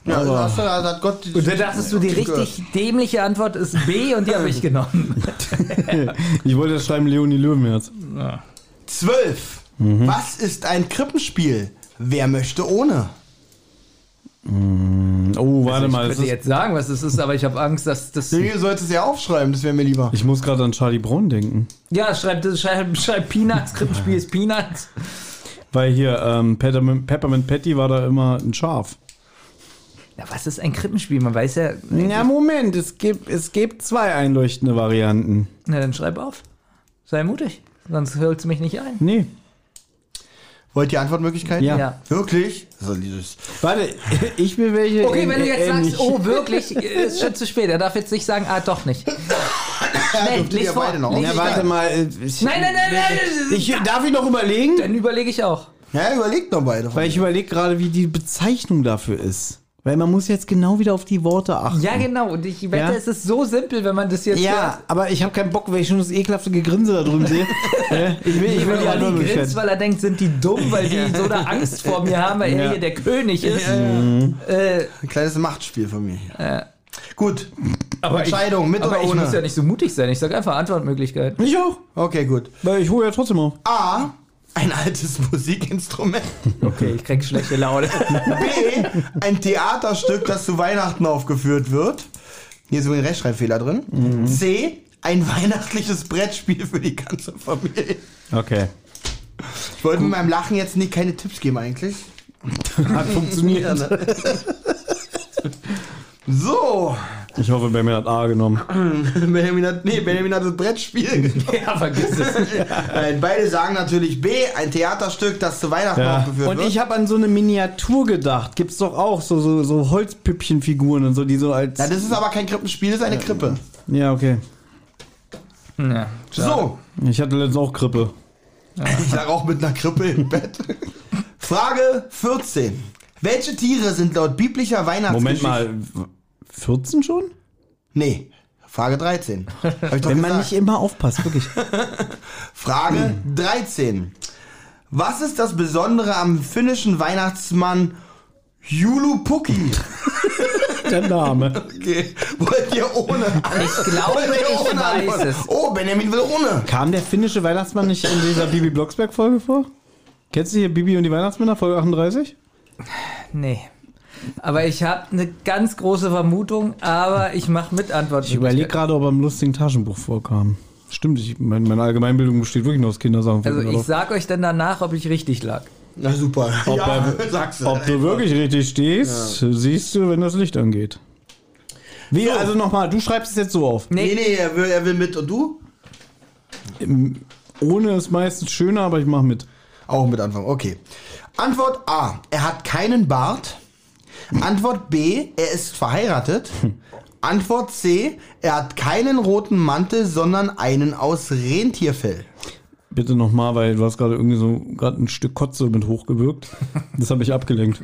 S1: Ja,
S2: aber-
S1: also hast du, also hat Gott
S3: Und dann dachtest du, die richtig dämliche Antwort ist B und die habe ich genommen.
S2: Ich wollte das schreiben, Leonie Löwenherz.
S1: 12.
S3: Mhm.
S1: Was ist ein Krippenspiel? Wer möchte ohne?
S2: Oh, warte
S3: Also, ich
S2: mal.
S3: könnte
S2: das ist-
S3: jetzt sagen, was es ist, aber ich habe Angst, dass das.
S1: Du solltest ja aufschreiben, das wäre mir lieber.
S2: ich muss gerade an Charlie Brown denken.
S3: Ja, schreib, schreib, schreib Peanuts, Krippenspiel ist Peanuts.
S2: Weil hier ähm, Peppermint, Peppermint Patty war da immer ein Schaf.
S3: Ja, was ist ein Krippenspiel? Man weiß ja.
S2: Na, Moment, es gibt, es gibt zwei einleuchtende Varianten.
S3: Na, dann schreib auf. Sei mutig. Sonst hörst du mich nicht ein.
S2: Nee.
S1: Wollt ihr Antwortmöglichkeiten?
S2: Ja.
S3: Ja.
S1: Wirklich? So, dieses.
S2: Warte, ich will welche.
S3: Okay, wenn du jetzt
S2: äh,
S3: sagst,
S2: nicht.
S3: oh, wirklich, äh, ist schon zu spät. Er darf jetzt nicht sagen, ah, doch nicht. Schnell,
S1: dürftet
S3: lies
S1: ihr
S3: vor.
S1: beide noch.
S3: Lies
S2: Ja,
S1: Ja,
S2: warte
S3: vor.
S2: mal. äh,
S3: Nein, nein, nein, nein.
S2: Ich, darf ich noch überlegen?
S3: Dann überlege ich auch.
S1: Ja, überlegt noch beide.
S2: Weil ich überlege gerade, wie die Bezeichnung dafür ist. Weil man muss jetzt genau wieder auf die Worte achten.
S3: Ja, genau. Und ich wette,
S2: Ja.
S3: es ist so simpel, wenn man das jetzt
S2: Ja, aber ich habe keinen Bock, weil ich schon das ekelhafte Gegrinse da drüben sehe. Hä? ich will, ich will die
S3: Olli
S2: Antwort
S3: grinst,
S2: nicht
S3: weil er denkt, sind die dumm, weil die so eine Angst vor mir haben, weil
S2: Ja.
S3: er hier der König ist. Äh,
S1: Ein kleines Machtspiel von mir. hier. Gut.
S3: aber
S1: Entscheidung,
S3: ich,
S1: mit
S3: aber
S1: oder
S3: ich
S1: ohne?
S3: muss ja nicht so mutig sein. Ich sage einfach Antwortmöglichkeit.
S2: Ich auch,
S1: Okay, gut.
S2: weil ich hole ja trotzdem auf.
S1: A. Ein altes Musikinstrument.
S3: Okay, ich krieg schlechte Laune.
S1: B. Ein Theaterstück, das zu Weihnachten aufgeführt wird. Hier ist übrigens ein Rechtschreibfehler drin. C. Ein weihnachtliches Brettspiel für die ganze Familie.
S2: Okay.
S1: Ich wollte mit meinem Lachen jetzt nicht keine Tipps geben eigentlich. ne?
S2: Hat funktioniert.
S1: So.
S2: Ich hoffe, Benjamin hat A genommen.
S1: Benjamin hat, nee, Benjamin hat das Brettspiel genommen.
S3: ja, vergiss es.
S1: Nein, Äh, beide sagen natürlich B. Ein Theaterstück, das zu Weihnachten
S2: Ja.
S1: aufgeführt
S2: Und
S1: wird.
S2: ich habe an so eine Miniatur gedacht. Gibt's doch auch so, so, so Holzpüppchenfiguren und so, die so als.
S1: ja, das ist aber kein Krippenspiel, das ist eine Krippe.
S2: Ja, okay.
S3: Ja.
S1: So.
S2: Ich hatte letztens auch Grippe.
S1: Ich lag auch mit einer Krippe im Bett. Frage 14. Welche Tiere sind laut biblischer
S2: Moment
S1: Weihnachtsgeschichte...
S2: mal, 14 schon?
S1: Nee, Frage 13. Hab ich doch
S2: Wenn man
S1: gesagt.
S2: nicht Hm. immer aufpasst, wirklich.
S1: Frage 13. Was ist das Besondere am finnischen Weihnachtsmann Julupuki?
S2: Der Name.
S1: Okay. Wollt ihr ohne?
S3: Ich glaube,
S1: Wollt ihr
S3: ich weiß
S1: Antwort?
S3: es.
S1: Oh, Benjamin will ohne.
S2: Kam der finnische Weihnachtsmann nicht in dieser Bibi Blocksberg-Folge vor? Kennst du hier Bibi und die Weihnachtsmänner, Folge 38?
S3: Nee. Aber ich habe eine ganz große Vermutung, aber ich mache mit Antwort.
S2: Ich überlege gerade, ob er im lustigen Taschenbuch vorkam. Stimmt, ich, mein, meine Allgemeinbildung besteht wirklich nur aus Kindersachen.
S3: Also ich
S2: Oder
S3: sag euch dann danach, ob ich richtig lag.
S1: Na super.
S2: ob,
S1: ja,
S2: er-
S1: sag's.
S2: ob du wirklich richtig stehst, siehst du, wenn das Licht angeht. Wie, also nochmal, du schreibst es jetzt so auf.
S1: Nee, nee, er will, er will mit und du?
S2: Ohne ist meistens schöner, aber ich mache mit.
S1: Auch mit Anfang, okay. Antwort A. Er hat keinen Bart. Antwort B. Er ist verheiratet. Antwort C. Er hat keinen roten Mantel, sondern einen aus Rentierfell.
S2: Bitte nochmal, weil du hast gerade irgendwie so gerade ein Stück Kotze mit hochgewirkt. Das habe ich abgelenkt.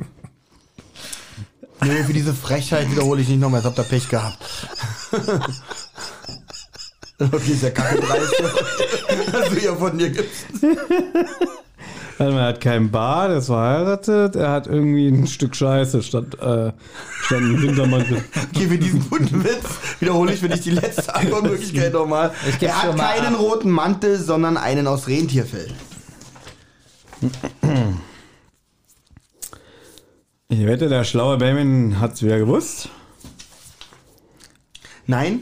S1: Nee, für diese Frechheit wiederhole ich nicht nochmal. Jetzt habt ihr Pech gehabt. Auf dieser Kacke dreiste, dass du ja von mir gibst.
S2: Warte mal, Er hat keinen Bart, er ist verheiratet, er hat irgendwie ein Stück Scheiße statt, äh, statt einem Wintermantel.
S1: Okay, für diesen guten Witz wiederhole ich, wenn ich die letzte Antwortmöglichkeit nochmal.
S3: geb's
S1: Er hat
S3: schon mal
S1: keinen
S3: ab.
S1: roten Mantel, sondern einen aus Rentierfell.
S2: Ich wette, der schlaue Benjamin hat es wieder gewusst.
S1: Nein,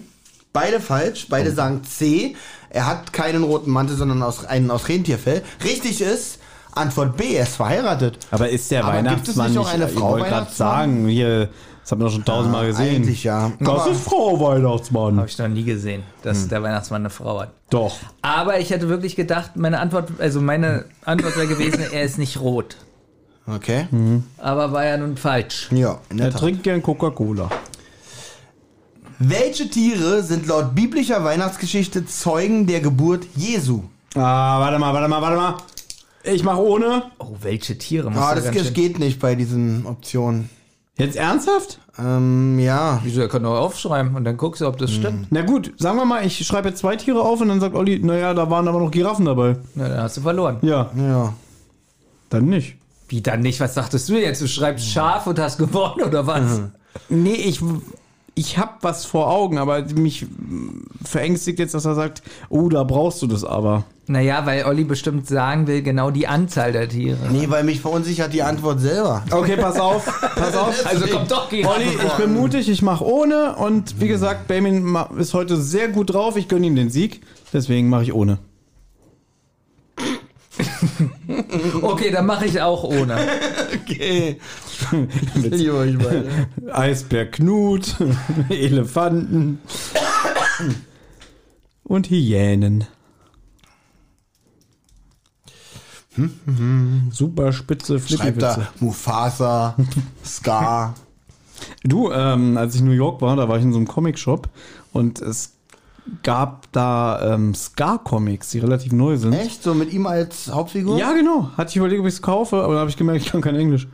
S1: beide falsch. Beide sagen C. Er hat keinen roten Mantel, sondern aus, einen aus Rentierfell. Richtig ist Antwort B. Er ist verheiratet.
S2: Aber ist der
S1: Aber
S2: Weihnachtsmann
S1: gibt es nicht auch eine Frau
S2: Ich wollte gerade
S1: Weihnachtsmann?
S2: sagen, hier, das haben wir schon tausendmal gesehen.
S1: eigentlich ja.
S2: Das
S1: Aber-
S2: ist Frau Weihnachtsmann.
S3: Habe ich noch nie gesehen, dass
S1: Hm.
S3: der Weihnachtsmann eine Frau hat.
S2: Doch.
S3: Aber ich hätte wirklich gedacht, meine Antwort, also meine Antwort wäre gewesen, er ist nicht rot.
S1: Okay.
S3: Aber war ja nun falsch.
S1: Ja, in der
S2: Er
S1: Tat.
S2: trinkt gern Coca-Cola.
S1: Welche Tiere sind laut biblischer Weihnachtsgeschichte Zeugen der Geburt Jesu?
S2: Ah, warte mal, warte mal, warte mal. Ich mache ohne.
S3: Oh, welche Tiere? Musst
S1: Ah,
S3: du
S1: das
S3: ganz
S1: ge-
S3: schön-
S1: geht nicht bei diesen Optionen.
S2: Jetzt ernsthaft?
S1: Ähm, ja.
S3: Wieso, er kann doch aufschreiben und dann guckst du, ob
S1: Hm.
S3: das stimmt.
S2: Na gut, sagen wir mal, ich schreibe jetzt zwei Tiere auf und dann sagt Olli, naja, da waren aber noch Giraffen dabei.
S3: Na, dann hast du verloren.
S2: Ja,
S1: Ja.
S2: dann nicht.
S3: Wie dann nicht? Was dachtest du jetzt? Du schreibst
S1: Hm.
S3: scharf und hast gewonnen oder was?
S2: Nee, ich, ich hab was vor Augen, aber mich verängstigt jetzt, dass er sagt, oh, da brauchst du das aber.
S3: Naja, weil Olli bestimmt sagen will, genau die Anzahl der Tiere.
S1: Nee, weil mich verunsichert die Antwort selber.
S2: Okay, pass auf, pass auf.
S3: Also kommt doch gegen
S2: Olli, ich bin mutig, ich mache ohne und wie gesagt, Benjamin ma- ist heute sehr gut drauf, ich gönne ihm den Sieg, deswegen mache ich ohne.
S3: Okay, dann mache ich auch ohne.
S1: Okay. Ich euch beide.
S2: Eisbär Knut, Elefanten und Hyänen. Super spitze
S1: Schreibt
S2: Flippywitze.
S1: da Mufasa, Scar.
S2: Du, ähm, als ich in New York war, da war ich in so einem Comic-Shop und es gab da ähm, Scar-Comics, die relativ neu sind.
S1: Echt? So mit ihm als Hauptfigur?
S2: Ja, genau. Hatte ich überlegt, ob ich es kaufe, aber dann habe ich gemerkt, ich kann kein Englisch.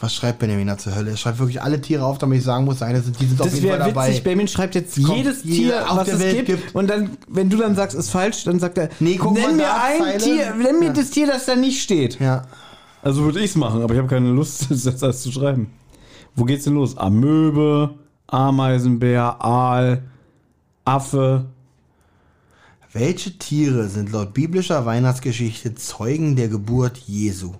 S1: Was schreibt Benjamin da zur Hölle? Er schreibt wirklich alle Tiere auf, damit ich sagen muss, eine sind, die sind auf
S2: Das
S1: jeden Fall
S2: wäre
S1: dabei.
S2: witzig. Benjamin schreibt jetzt
S1: Kommt
S2: jedes
S1: jeder
S2: Tier,
S1: auf
S2: was
S1: der
S2: es
S1: Welt
S2: gibt.
S1: gibt.
S2: Und dann, wenn du dann sagst, ist falsch, dann sagt er,
S1: Nee, guck mal
S2: nenn mir
S1: nach,
S2: ein
S1: Zeile.
S2: Tier, nenn mir
S1: Ja.
S2: das Tier, das da nicht steht.
S1: ja.
S2: Also würde ich es machen, aber ich habe keine Lust, das alles zu schreiben. Wo geht's denn los? Amöbe, Ameisenbär, Aal, Affe.
S1: Welche Tiere sind laut biblischer Weihnachtsgeschichte Zeugen der Geburt Jesu?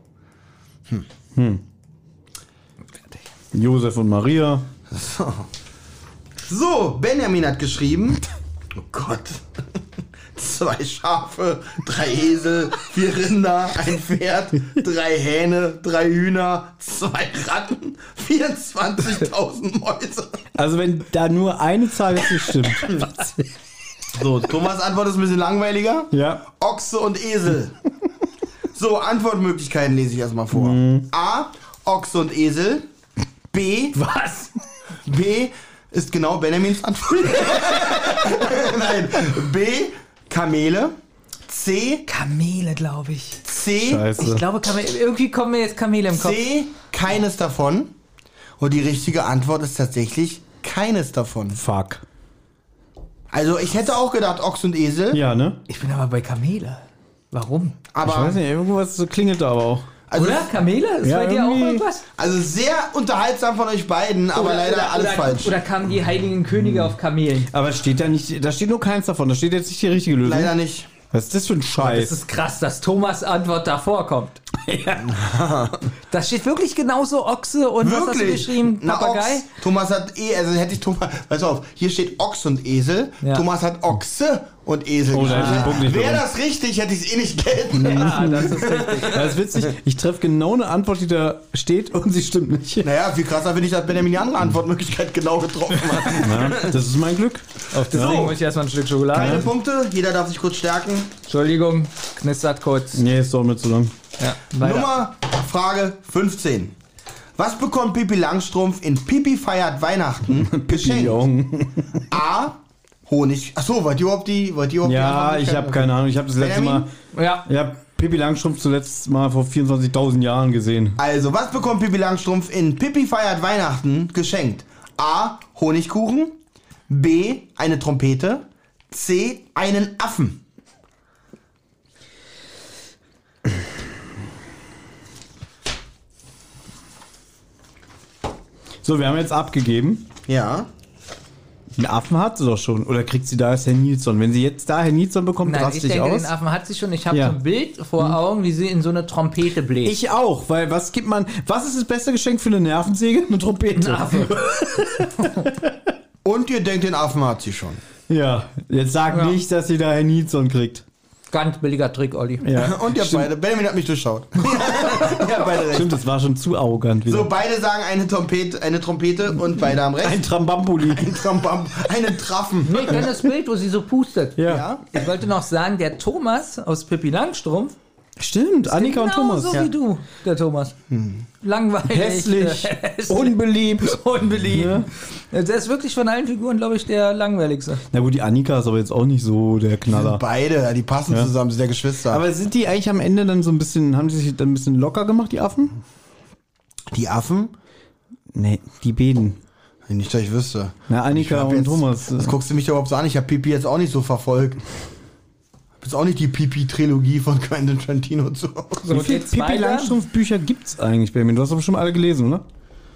S2: Josef und Maria.
S1: So, Benjamin hat geschrieben. Oh Gott. Zwei Schafe, drei Esel, vier Rinder, ein Pferd, drei Hähne, drei Hühner, zwei Ratten, 24.000 Mäuse.
S2: Also wenn da nur eine Zahl jetzt nicht stimmt.
S1: So, Thomas Antwort ist ein bisschen langweiliger.
S2: ja.
S1: Ochse und Esel. So, Antwortmöglichkeiten lese ich erstmal vor. A. Ochse und Esel. B.
S3: Was?
S1: B ist genau Benjamins Antwort. Nein. B. Kamele. C.
S3: Kamele, glaube ich.
S1: C.
S3: Ich
S2: Scheiße.
S3: glaube, Kamele, irgendwie kommen mir jetzt Kamele im Kopf.
S1: C. Keines davon. Und die richtige Antwort ist tatsächlich keines davon.
S2: Fuck.
S1: Also ich hätte auch gedacht Ochs und Esel,
S2: Ja, ne?
S3: Ich bin aber bei Kamele. Warum?
S2: Ich
S1: aber
S2: weiß nicht, irgendwas so klingelt da aber auch.
S1: also,
S3: Oder? Kamele? Ist
S2: Ja,
S3: bei dir auch
S2: irgendwie.
S3: irgendwas?
S1: also sehr unterhaltsam von euch beiden, aber leider alles
S3: oder,
S1: falsch.
S3: Oder kamen die heiligen Könige auf Kamelen?
S2: Aber steht da nicht, da steht nur keins davon, da steht jetzt nicht die richtige Lösung.
S3: Hm?
S1: leider nicht.
S2: Was ist das für ein
S3: Das
S2: Scheiß?
S3: ist krass, dass Thomas Antwort davor kommt. Da steht wirklich genauso Ochse und was hast du
S1: Wirklich?
S3: geschrieben?
S1: Na,
S3: Papagei?
S1: Ochs. E, Thomas hat eh, also hätte ich Thomas, pass auf, hier steht Ochs und Esel.
S3: Ja.
S1: Thomas hat Ochse und Esel.
S2: Oh, da hätte ich den
S1: genannt.
S2: Punkt nicht
S1: Wäre
S2: bekommen.
S1: das richtig, hätte ich es eh nicht gelten. lassen.
S3: Ah, das ist richtig.
S2: Das ist witzig. Ich treffe genau eine Antwort, die da steht und sie stimmt nicht.
S1: Naja, viel krasser finde ich, dass Benjamin die andere Antwortmöglichkeit genau getroffen hat.
S2: Ja, das ist mein Glück.
S3: Deswegen muss ich erstmal ein Stück Schokolade.
S1: Keine Punkte, jeder darf sich kurz stärken.
S3: Entschuldigung, knistert kurz.
S2: Nee, ist doch mir zu lang.
S3: Ja, weiter.
S1: Nummer, Frage 15. Was bekommt Pipi Langstrumpf in Pipi feiert Weihnachten geschenkt?
S2: Jong.
S1: A. Honig. Achso, wollt ihr überhaupt die? Wollt ihr überhaupt
S2: Ja,
S1: die Antwortmöglichkeit?
S2: ich habe keine Ahnung. Ich habe das letzte
S1: Benjamin?
S2: Mal.
S3: Ja,
S2: Ich habe Pippi Langstrumpf zuletzt mal vor 24.000 Jahren gesehen.
S1: Also, was bekommt Pipi Langstrumpf in Pipi feiert Weihnachten geschenkt? A. Honigkuchen. B. Eine Trompete. C. Einen Affen.
S2: So, wir haben jetzt abgegeben.
S1: Ja.
S2: Einen Affen hat sie doch schon. Oder kriegt sie da jetzt Herrn Nilsson? Wenn sie jetzt da Herrn Nilsson bekommt,
S3: Nein, ich
S2: raste ich
S3: denke,
S2: aus.
S3: den Affen hat sie schon. Ich habe
S2: Ja. Mhm.
S3: so ein Bild vor Augen, wie sie in so eine Trompete bläst.
S2: Ich auch, weil was gibt man. Was ist das beste Geschenk für eine Nervensäge? Eine Trompete.
S1: Und ihr denkt, den Affen hat sie schon.
S2: Ja, jetzt sag
S3: Ja.
S2: nicht, dass sie da Herrn Nilsson kriegt.
S3: Ganz billiger Trick, Olli.
S2: Ja.
S1: Und ihr habt beide. Benjamin hat mich durchschaut. ihr habt beide recht.
S2: Stimmt, das war schon zu arrogant wieder.
S1: So, beide sagen eine Trompete, eine Trompete und beide haben recht.
S2: Ein Trambambuli.
S1: Trampam, einen Traffen.
S3: Nee, ich kenne das Bild, wo sie so pustet.
S2: Ja.
S1: Ja?
S3: Ich wollte noch sagen, der Thomas aus Pippi Langstrumpf. genau
S2: Stimmt, Annika und Thomas. Hm.
S3: so wie du, der Thomas. Langweilig.
S2: Hässlich,
S3: äh, hässlich,
S2: unbeliebt.
S3: unbeliebt.
S2: Ja.
S3: Der ist wirklich von allen Figuren, glaube ich, der langweiligste.
S2: Na gut, die Annika ist aber jetzt auch nicht so der Knaller.
S1: Beide, die passen zusammen, sind ja Geschwister.
S2: Aber sind die eigentlich am Ende dann so ein bisschen, haben die sich dann ein bisschen locker gemacht, die Affen?
S1: die Affen?
S2: Nee, die Beden.
S1: Nicht, dass ich wüsste.
S2: Na, Annika
S1: Also Ich hab
S2: und
S1: jetzt,
S2: Thomas. äh,
S1: Das guckst du mich doch überhaupt so an. Ich habe Pipi jetzt auch nicht so verfolgt. Hab jetzt auch nicht die Pipi-Trilogie von Quentin Trentino zu Hause.
S3: So,
S2: Wie viele
S3: geht's
S2: Pippi
S3: weiter?
S2: Langstrumpf-Bücher gibt's eigentlich, Benjamin? Du hast aber schon alle gelesen, oder?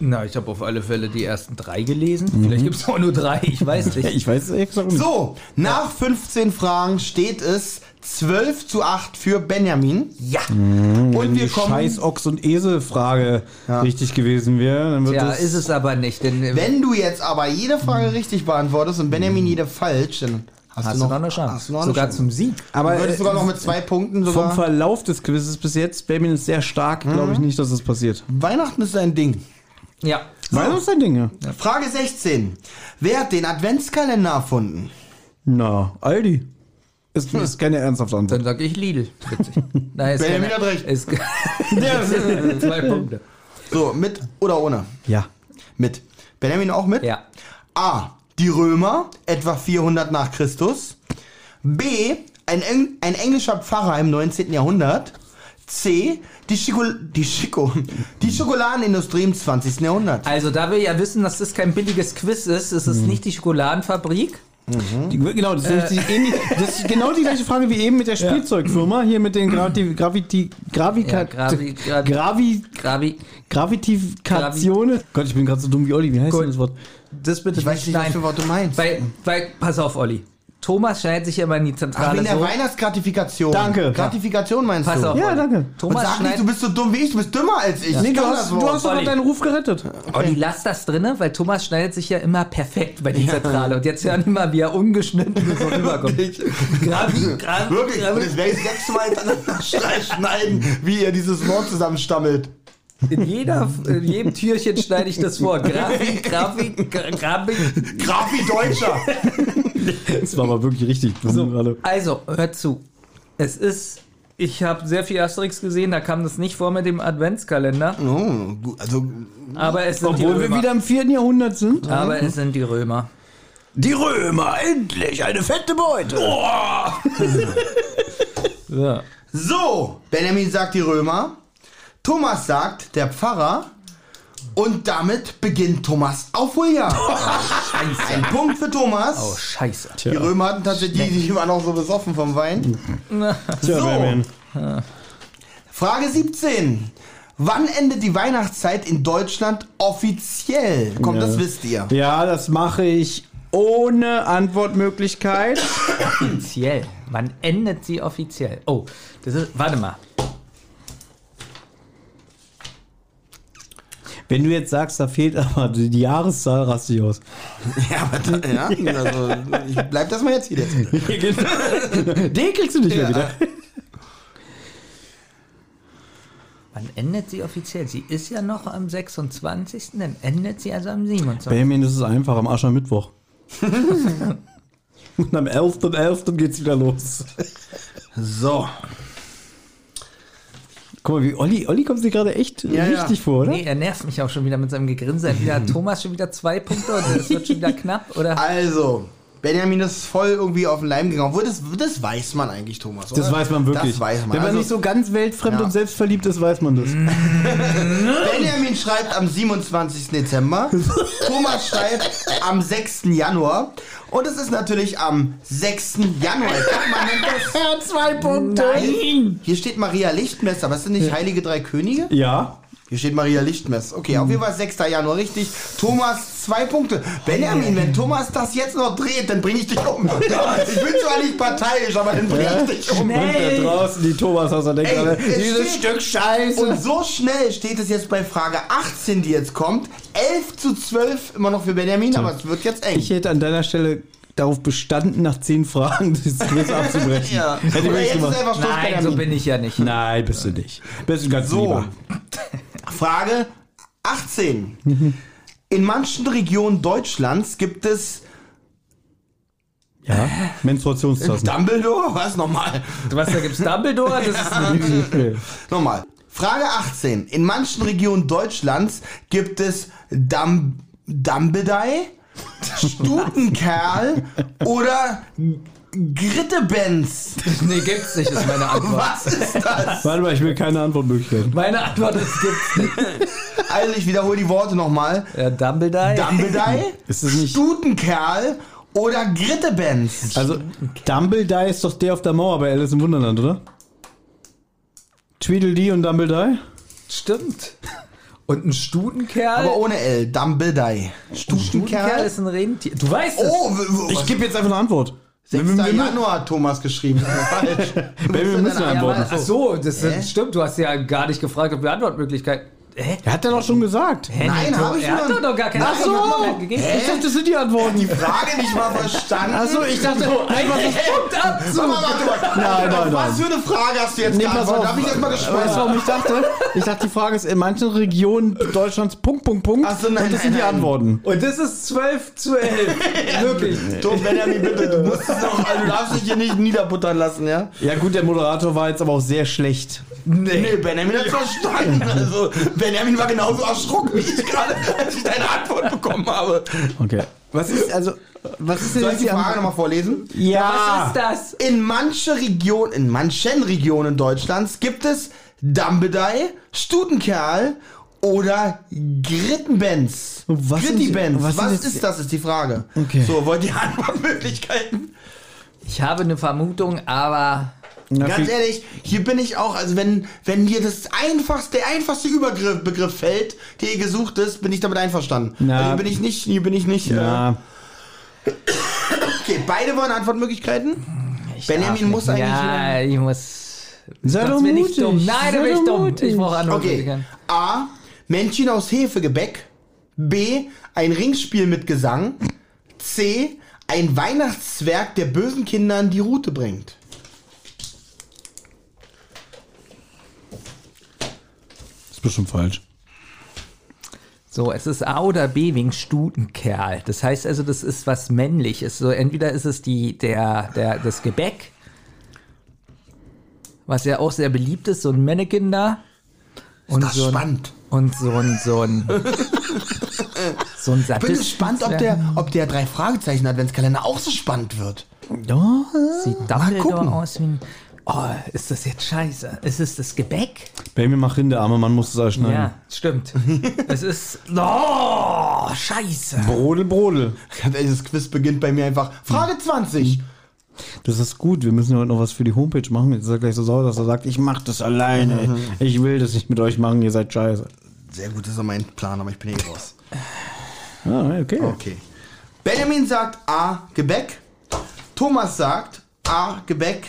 S3: Na, ich habe auf alle Fälle die ersten drei gelesen.
S2: Mhm.
S3: Vielleicht gibt es auch nur drei, ich weiß nicht.
S2: ich weiß es ehrlich gesagt nicht.
S1: So, nach 15 Fragen steht es 12 zu 8 für Benjamin.
S3: Ja.
S1: Und
S2: Wenn
S1: wir
S2: die
S1: kommen,
S2: scheiß Ochs- und Esel-Frage richtig gewesen wäre, dann wird
S3: Ja,
S2: das...
S3: ist es aber nicht. Denn
S1: wenn du jetzt aber jede Frage richtig beantwortest und Benjamin jede falsch, dann hast,
S3: hast du noch eine Chance.
S1: Hast du noch eine
S3: Sogar
S1: Chance.
S3: zum Sieg.
S1: Du
S2: aber äh,
S1: würdest sogar noch mit zwei Punkten
S2: vom
S1: sogar. Mhm.
S2: Verlauf des Quizzes bis jetzt, Benjamin ist sehr stark, glaube ich nicht, dass das passiert.
S1: Weihnachten ist ein Ding.
S3: Ja.
S2: Weil das ist ein Ding, ja.
S1: Frage 16. Wer hat den Adventskalender erfunden?
S2: Na, Aldi. Ist,
S1: Hm.
S2: ist keine ernsthafte Antwort.
S3: Dann sag ich Lidl. Witzig. Nein, ist
S1: Benjamin
S3: keine-
S1: hat recht.
S3: Ist, das sind zwei Punkte.
S1: So, mit oder ohne?
S2: Ja.
S1: Mit. Benjamin auch mit?
S3: Ja.
S1: A. Die Römer, etwa 400 nach Christus. B. Ein, Eng ein englischer Pfarrer im 19. Jahrhundert. C. Die, Schiko die, Schiko die Schokoladenindustrie im 20. Jahrhundert.
S3: Also, da wir ja wissen, dass das kein billiges Quiz ist, ist
S1: Hm.
S3: es nicht die Schokoladenfabrik.
S2: Die, genau, das ist, nämlich die,
S1: Äh.
S2: ähnlich- das ist genau die gleiche Frage wie eben mit der Spielzeugfirma, hier mit den Gravi, Graviti, Gravika,
S3: Ja, Gravi- Gravi-
S2: Gravi,
S3: Gravi,
S2: Gravitifikationen. Gott, ich bin gerade so dumm wie Olli, wie heißt
S3: Gut.
S2: denn das Wort?
S3: das bitte
S1: Ich weiß nicht, was
S3: nein.
S1: für Wort du meinst.
S3: Weil, weil, pass auf, Olli. Thomas schneidet sich ja immer in die
S1: Ach,
S3: Zentrale
S1: wegen der
S3: so.
S1: Weihnachtsgratifikation.
S2: Danke.
S1: Gratifikation meinst
S3: Pass
S1: du?
S3: auf.
S2: Ja,
S3: Olli.
S2: danke.
S1: Und
S3: Thomas
S1: sag nicht, du
S3: schneidet.
S1: bist so dumm wie ich, du bist dümmer als ich.
S2: Nee,
S1: Ich
S2: du
S1: kann
S2: hast,
S1: das
S2: du
S1: Wort.
S2: hast doch
S3: Olli.
S2: gerade deinen Ruf gerettet.
S3: Olli, lass das drinne, weil Thomas schneidet sich ja immer perfekt bei die Zentrale. Und jetzt hören wir mal, wie er ungeschnitten so rüberkommt. Gravi, Gravi,
S1: Wirklich, und jetzt werde ich sechsmal hintereinander schrei- schneiden, wie ihr dieses Wort zusammenstammelt.
S3: In, jeder, in jedem Türchen schneide ich das vor. Gravi, Gravi, Gravi.
S1: Grafi Deutscher.
S2: Das war aber wirklich richtig dumm gerade.
S3: Also, hört zu. Es ist, ich habe sehr viel Asterix gesehen, da kam das nicht vor mit dem Adventskalender.
S1: Oh, gu- also,
S3: Aber es sind
S2: Obwohl
S3: die
S2: wir
S3: Römer.
S2: wieder im vierten Jahrhundert sind.
S3: aber es sind die Römer.
S2: Die Römer, endlich eine fette Beute. Ja.
S1: so, Benjamin sagt die Römer, Thomas sagt der Pfarrer und damit beginnt Thomas Aufholjagd. Ein Punkt für Thomas.
S3: Oh, scheiße.
S1: die Römer hatten tatsächlich, die, die waren auch so besoffen vom Wein.
S2: Tja,
S1: So.
S2: Benjamin.
S1: Frage 17. Wann endet die Weihnachtszeit in Deutschland offiziell? Komm, das wisst ihr.
S2: Ja, das mache ich ohne Antwortmöglichkeit.
S3: Offiziell. Wann endet sie offiziell? Oh, das ist, warte mal.
S2: Wenn du jetzt sagst, da fehlt aber die die Jahreszahl, raste ich aus.
S1: Ja, aber da, ja, also ich bleib das mal jetzt hier.
S2: Den kriegst du nicht mehr wieder.
S3: Wann endet sie offiziell? Sie ist ja noch am 26. Dann endet sie also am 27.
S2: Benjamin, das ist einfach am Aschermittwoch. Und am 11.11. geht's wieder los.
S1: So.
S2: Guck mal, wie Olli, Olli kommt sich gerade echt
S1: Ja, ja.
S2: richtig vor, oder?
S3: Nee, er nervt mich auch schon wieder mit seinem Gegrinse. Entweder hat Thomas schon wieder zwei Punkte und es wird schon wieder knapp. Oder
S1: Also, Benjamin ist voll irgendwie auf den Leim gegangen. Obwohl, das, das weiß man eigentlich, Thomas. Oder?
S2: Das weiß man wirklich.
S1: Das weiß man.
S2: Wenn man
S1: Also,
S2: nicht so ganz weltfremd
S1: Ja. Mhm.
S2: und selbstverliebt ist, weiß man das.
S1: Benjamin schreibt am 27. Dezember. Thomas schreibt am 6. Januar. Und es ist natürlich am 6. Januar. Guck mal, nennt das.
S2: Ja, zwei Punkte.
S3: Nein!
S1: Hier steht Maria Lichtmesser. Was sind nicht Heilige Drei Könige?
S2: Ja.
S1: Hier steht Maria Lichtmess. Okay, auf jeden Fall 6. Januar, richtig. Thomas, zwei Punkte. Benjamin, wenn Thomas das jetzt noch dreht, dann bringe ich dich um. Ich bin zwar nicht parteiisch, aber dann bringe ich dich um.
S2: Und da draußen, die Thomas aus der
S1: Ey,
S2: Decke.
S1: es
S2: Dieses
S1: steht-
S2: Stück Scheiße.
S1: Und so schnell steht es jetzt bei Frage 18, die jetzt kommt. 11 zu 12 immer noch für Benjamin, aber es wird jetzt eng.
S2: ich hätte an deiner Stelle darauf bestanden, nach zehn Fragen dieses Quiz abzubrechen.
S1: ja.
S2: Hätte
S1: Oder
S2: ich wirklich
S1: jetzt ist
S2: gemacht.
S1: einfach Schluss,
S3: Nein, so bin ich ja nicht.
S2: Nein, bist du nicht. Bist du ganz
S1: So,
S2: lieber.
S1: Frage 18. In manchen Regionen Deutschlands gibt es
S2: Ja. Menstruationstassen.
S1: Dumbledore? Was? Nochmal.
S3: Was, da gibt's Dumbledore? Das ist ein
S1: Nochmal. Frage 18. In manchen Regionen Deutschlands gibt es Dam Dambedei, Stutenkerl oder Grittebenz.
S3: Nee, gibt's nicht, ist meine Antwort.
S1: Was ist das?
S2: Warte mal, ich will keine Antwortmöglichkeiten.
S3: Meine Antwort ist, gibt's nicht.
S1: Also ich wiederhole die Worte nochmal.
S3: Ja, Dumbledore.
S1: Dambedei,
S2: Ist es nicht-
S1: Stutenkerl oder Grittebenz.
S2: Also, Dumbledore ist doch der auf der Mauer bei Alice im Wunderland, oder? Tweedledee und Dumbledore?
S3: Stimmt. Und ein Stutenkerl.
S1: Aber ohne L. Dambedei.
S3: Stutenkerl
S1: Stutenkerl.
S3: ist ein Rentier. Du weißt es.
S1: Oh, w- w-
S2: Ich gebe jetzt einfach eine Antwort.
S1: 6. Januar hat Thomas geschrieben. Das ist falsch.
S2: Baby, wir müssen
S3: ja, aber,
S2: antworten.
S3: ach so, das
S1: Hä?
S3: stimmt. Du hast ja gar nicht gefragt, ob wir Antwortmöglichkeiten. Hä?
S2: Er hat ja doch schon gesagt.
S1: Nein,
S3: Henry,
S1: hab ich
S3: Er hat
S1: schon.
S3: doch noch gar keine
S1: Ach so.
S3: Antwortmöglichkeit gegeben.
S1: Hä?
S2: Ich dachte, das sind die Antworten.
S1: Die Frage nicht mal verstanden.
S2: Achso, ich dachte, einfach das
S3: Punkt
S1: Warte
S3: Abzug.
S1: mal, warte mal.
S2: Nein, nein, nein.
S1: Was für eine Frage hast du jetzt
S2: Nee, pass
S1: geantwortet?
S2: auf.
S1: Da bin ich erstmal
S2: Weißt du,
S1: gespannt.
S2: warum ich dachte? Ich dachte, die Frage ist in manchen Regionen Deutschlands Punkt, Punkt, Punkt.
S1: Ach so, nein,
S2: und das sind
S1: nein,
S2: die
S1: nein.
S2: Antworten.
S3: Und das ist 12 zu 11. Wirklich.
S1: Tom Benjamin, bitte, du musst es auch, also du darfst dich hier nicht niederbuttern lassen, ja?
S2: Ja gut, der Moderator war jetzt aber auch sehr schlecht.
S1: Nee, Benjamin hat's verstanden. Also, Benjamin war genauso erschrocken wie ich gerade, als ich deine Antwort bekommen habe.
S2: Okay. Was ist also, was ist denn
S1: Soll ich
S2: jetzt
S1: die
S2: die
S1: Frage
S2: Antwort?
S1: nochmal vorlesen?
S2: Ja.
S3: Was ist das?
S1: In manche Region, in manchen Regionen Deutschlands gibt es Dambedei, Stutenkerl oder Grittenbenz.
S2: Und Oh, was sind-
S1: Grittibenz. Was,
S2: was sind jetzt-
S1: ist das, ist die Frage.
S2: Okay.
S1: So, wollt ihr Antwortmöglichkeiten?
S3: Ich habe eine Vermutung, aber
S2: Na,
S1: Ganz
S2: viel-
S1: ehrlich, hier bin ich auch, also wenn, wenn hier das einfachste, der einfachste Übergriff, Begriff fällt, der hier gesucht ist, bin ich damit einverstanden.
S2: Na.
S1: Also hier bin ich nicht, hier bin ich nicht. Äh,
S2: Ja.
S1: okay, beide wollen Antwortmöglichkeiten.
S3: Ich
S1: Benjamin
S3: darf
S1: muss
S3: nicht.
S1: eigentlich
S3: Ja, ich muss.
S2: Sei
S3: Sonst
S2: doch
S3: bin ich
S2: mutig,
S3: dumm. Nein, da
S2: sei
S3: bin ich
S2: doch
S3: dumm.
S2: mutig.
S3: Ich
S1: Genau
S3: brauche andere
S1: Okay.
S3: Möglichkeiten.
S1: A. Männchen aus Hefegebäck. B. Ein Ringspiel mit Gesang. C. Ein Weihnachtszwerg, der bösen Kindern die Rute bringt.
S2: Ist bestimmt falsch.
S3: So, es ist A oder B wegen Stutenkerl. Das heißt also, das ist was männlich ist. So, entweder ist es die, der, der, das Gebäck, was ja auch sehr beliebt ist, so ein Mannequin da. Und
S1: das
S3: so ein,
S1: spannend.
S3: Und so ein, so ein, so ein
S1: Ich bin
S3: Sadist.
S1: gespannt, ob der, ob der drei Fragezeichen Adventskalender auch so spannend wird.
S2: Ja.
S3: Sieht Dumbledore
S1: gucken.
S3: aus wie ein, oh, ist das jetzt scheiße? Ist es das Gebäck?
S2: Baby, mach hin, der arme Mann muss es erschneiden.
S3: Ja, stimmt. es ist, oh, scheiße.
S2: Brodel, Brodel.
S1: Dieses Quiz beginnt bei mir einfach. Frage 20.
S2: Das ist gut. Wir müssen ja heute noch was für die Homepage machen. Jetzt ist er gleich so sauer, dass er sagt, ich mach das alleine. Ich will das nicht mit euch machen, ihr seid scheiße.
S1: Sehr gut, das ist mein Plan, aber ich bin eh raus.
S2: Ah, okay.
S1: Okay. Benjamin sagt A. Gebäck. Thomas sagt A. Gebäck.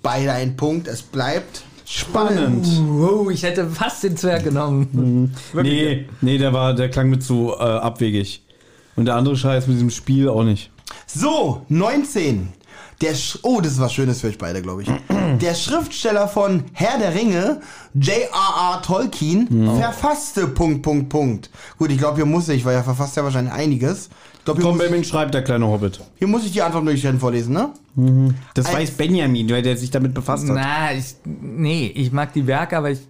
S1: Beide ein Punkt. Es bleibt Spannend.
S3: Wow, ich hätte fast den Zwerg genommen.
S2: Nee, nee, der war, der klang mit zu äh, abwegig. Und der andere Scheiß mit diesem Spiel auch nicht.
S1: So, 19. Der Sch oh, das war schönes für euch beide, glaube ich. Der Schriftsteller von Herr der Ringe, J.R.R. Tolkien, verfasste Punkt, Punkt, Punkt. Gut, ich glaube, hier muss ich, weil er verfasst ja wahrscheinlich einiges. Ich glaube, hier,
S2: Tom
S1: muss ich-
S2: Benjamin schreibt, der kleine Hobbit.
S1: hier muss ich die Antwortmöglichkeiten vorlesen, ne?
S2: Das
S1: Als-
S2: weiß Benjamin, weil der sich damit befasst hat.
S3: Na, ich, nee, ich mag die Werke, aber ich,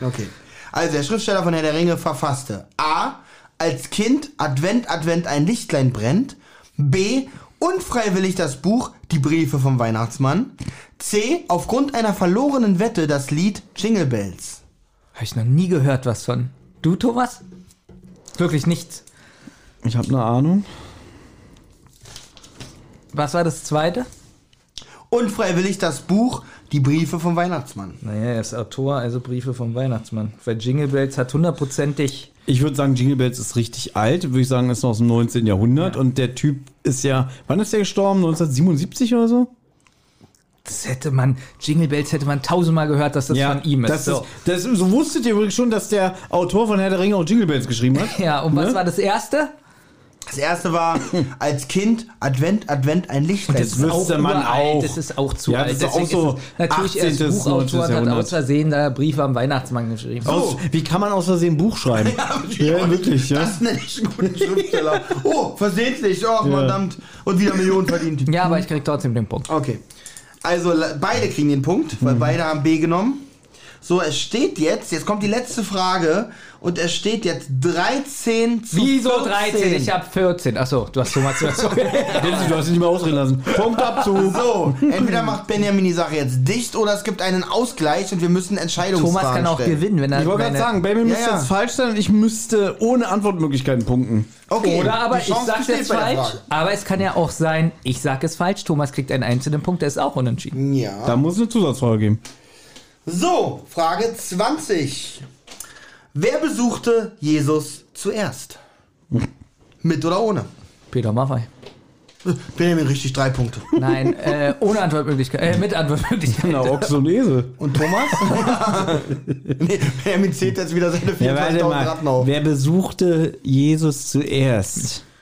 S1: Okay. Also der Schriftsteller von Herr der Ringe verfasste A. Als Kind Advent, Advent ein Lichtlein brennt. B. Unfreiwillig das Buch Die Briefe vom Weihnachtsmann. C. Aufgrund einer verlorenen Wette das Lied Jingle Bells.
S3: habe ich noch nie gehört was von. Du, Thomas? Wirklich nichts.
S2: Ich habe eine Ahnung.
S3: Was war das zweite?
S1: Unfreiwillig das Buch Die Briefe vom Weihnachtsmann.
S3: Naja, er ist Autor, also Briefe vom Weihnachtsmann. Weil Jingle Bells hat hundertprozentig.
S2: Ich würde sagen, Jingle Bells ist richtig alt. Würde ich sagen, ist noch aus dem 19. Jahrhundert. Und der Typ ist ja, wann ist der gestorben? 1977 oder so?
S3: Das hätte man, Jingle Bells hätte man tausendmal gehört, dass das von ihm ist.
S2: Das
S3: so.
S2: ist, das, so wusstet ihr übrigens schon, dass der Autor von Herr der Ringe auch Jingle Bells geschrieben hat.
S3: ja, und was
S2: Ne?
S3: war das erste?
S1: Das erste war als Kind Advent, Advent ein Lichtlein
S2: Das
S1: brennt.
S2: wüsste man
S3: uralt,
S2: auch.
S3: Das ist auch zu
S2: Ja, das
S3: alt.
S2: ist auch
S3: Deswegen
S2: so
S3: es- natürlich, er ist
S2: 18., 19.
S3: Buchautor, und hat
S2: Jahrhundert.
S3: aus Versehen da Briefe am Weihnachtsmann geschrieben.
S2: Aus, wie kann man aus Versehen ein Buch schreiben? Ja, wirklich, ja.
S1: Das nenne ich einen guten Schriftsteller. Oh, versehentlich. Oh,
S2: Ja.
S1: verdammt. Und wieder Millionen verdient.
S3: Ja, aber ich krieg trotzdem den Punkt.
S1: Okay. Also la- beide kriegen den Punkt,
S3: Mhm.
S1: weil beide haben B genommen. So, es steht jetzt, jetzt kommt die letzte Frage und es steht jetzt 13 zu
S3: Wieso
S1: 14.
S3: 13? Ich hab 14. Achso, du hast Thomas zuerst.
S2: Dennis, du hast dich nicht mehr ausreden lassen. Punktabzug.
S1: So, entweder macht Benjamin die Sache jetzt dicht oder es gibt einen Ausgleich und wir müssen Entscheidungsfragen
S3: Thomas kann auch
S1: stellen.
S3: gewinnen, wenn er.
S2: Ich wollte
S3: wenn
S2: gerade
S3: er-
S2: sagen, Baby müsste
S1: ja.
S2: jetzt falsch sein und ich müsste ohne Antwortmöglichkeiten punkten.
S1: Okay,
S3: Oder
S1: die
S3: aber ich
S1: Chance
S3: sag's
S1: besteht
S3: jetzt
S1: bei der
S3: falsch.
S1: Frage.
S3: Aber es kann ja auch sein, ich sag es falsch, Thomas kriegt einen einzelnen Punkt, der ist auch unentschieden.
S1: Ja.
S2: Da muss eine Zusatzfrage geben.
S1: So, Frage 20. Wer besuchte Jesus zuerst? Mit oder ohne?
S3: Peter Maffei.
S1: Benjamin richtig drei Punkte.
S3: Nein, äh, ohne Antwortmöglichkeit. Äh, mit Antwortmöglichkeit.
S2: Na, Ochs Genau, und Esel.
S1: Und Thomas? nee, Benjamin zählt jetzt wieder seine 24.000 Ratten auf.
S2: Wer besuchte Jesus zuerst?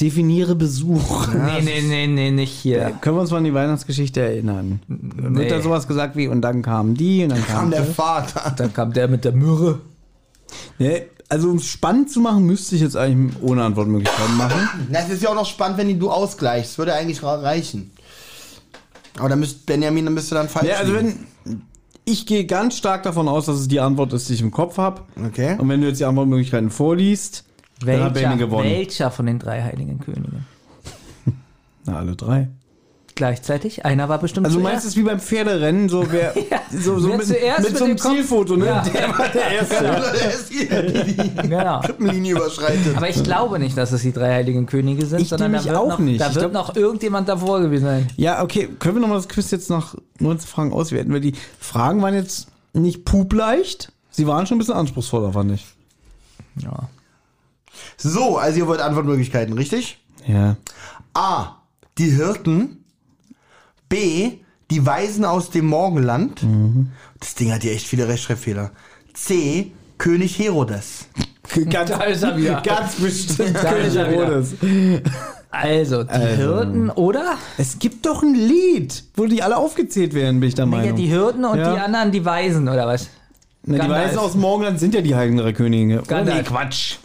S2: Definiere Besuch.
S3: Nee, nee, nee, nee, nicht hier.
S2: Äh, Können wir uns mal an die Weihnachtsgeschichte erinnern?
S3: Nee.
S2: Wird da sowas gesagt wie, und dann kamen die, und dann
S1: Kam
S2: kamen
S1: der Vater.
S3: Dann kam der mit der Möhre.
S2: Nee, also um es spannend zu machen, müsste ich jetzt eigentlich ohne Antwortmöglichkeiten machen.
S1: Das ist ja auch noch spannend, wenn du ausgleichst. Würde eigentlich ra- reichen. Aber da müsste Benjamin, dann müsste dann falsch.
S2: Ja, also
S1: liegen.
S2: wenn. Ich gehe ganz stark davon aus, dass es die Antwort ist, die ich im Kopf habe.
S1: Okay.
S2: Und wenn du jetzt die Antwortmöglichkeiten vorliest, dann hat Benny
S3: Welcher,
S2: gewonnen.
S3: welcher von den drei heiligen Königen?
S2: Na, alle drei.
S3: Gleichzeitig? Einer war bestimmt
S2: Also du
S3: zuerst.
S2: meinst es wie beim Pferderennen, so wer so, so
S3: Wer
S2: mit,
S3: zuerst
S2: mit
S3: mit
S2: so einem
S3: dem Kopf-
S2: Zielfoto, ne?
S3: Ja.
S2: Der war der Erste.
S1: Der ist hier, die die
S3: Genau.
S1: Linie überschreitet.
S3: Aber ich glaube nicht, dass es die drei heiligen Könige sind,
S2: Ich
S3: sondern da
S2: nämlich
S3: wird,
S2: auch
S3: noch,
S2: nicht.
S3: da
S2: Ich
S3: wird
S2: glaub-
S3: noch irgendjemand davor gewesen sein.
S2: Ja, okay. Können wir nochmal das Quiz jetzt nach 19 Fragen auswerten? Weil die Fragen waren jetzt nicht pupleicht. Sie waren schon ein bisschen anspruchsvoller, fand ich.
S3: Ja.
S1: So, also ihr wollt Antwortmöglichkeiten, richtig?
S2: Ja.
S1: A. Die Hirten. B. Die Weisen aus dem Morgenland. Das Ding hat hier echt viele Rechtschreibfehler. C. König Herodes.
S2: Ganz,
S3: Da ist er wieder.
S2: ganz bestimmt
S3: Da ist
S2: König
S3: er wieder.
S2: Herodes.
S3: Also, die
S2: Also.
S3: Hirten, oder?
S2: Es gibt doch ein Lied, wo die alle aufgezählt werden, bin ich der Meinung.
S3: Ja, die Hirten und
S2: Ja.
S3: die anderen, die Weisen, oder was?
S2: Na, die
S3: Gandalf.
S2: Weisen aus dem Morgenland sind ja die Heiligen der Könige. Oder?
S3: Gandalf.
S2: Oh, Nee, Quatsch. Hm.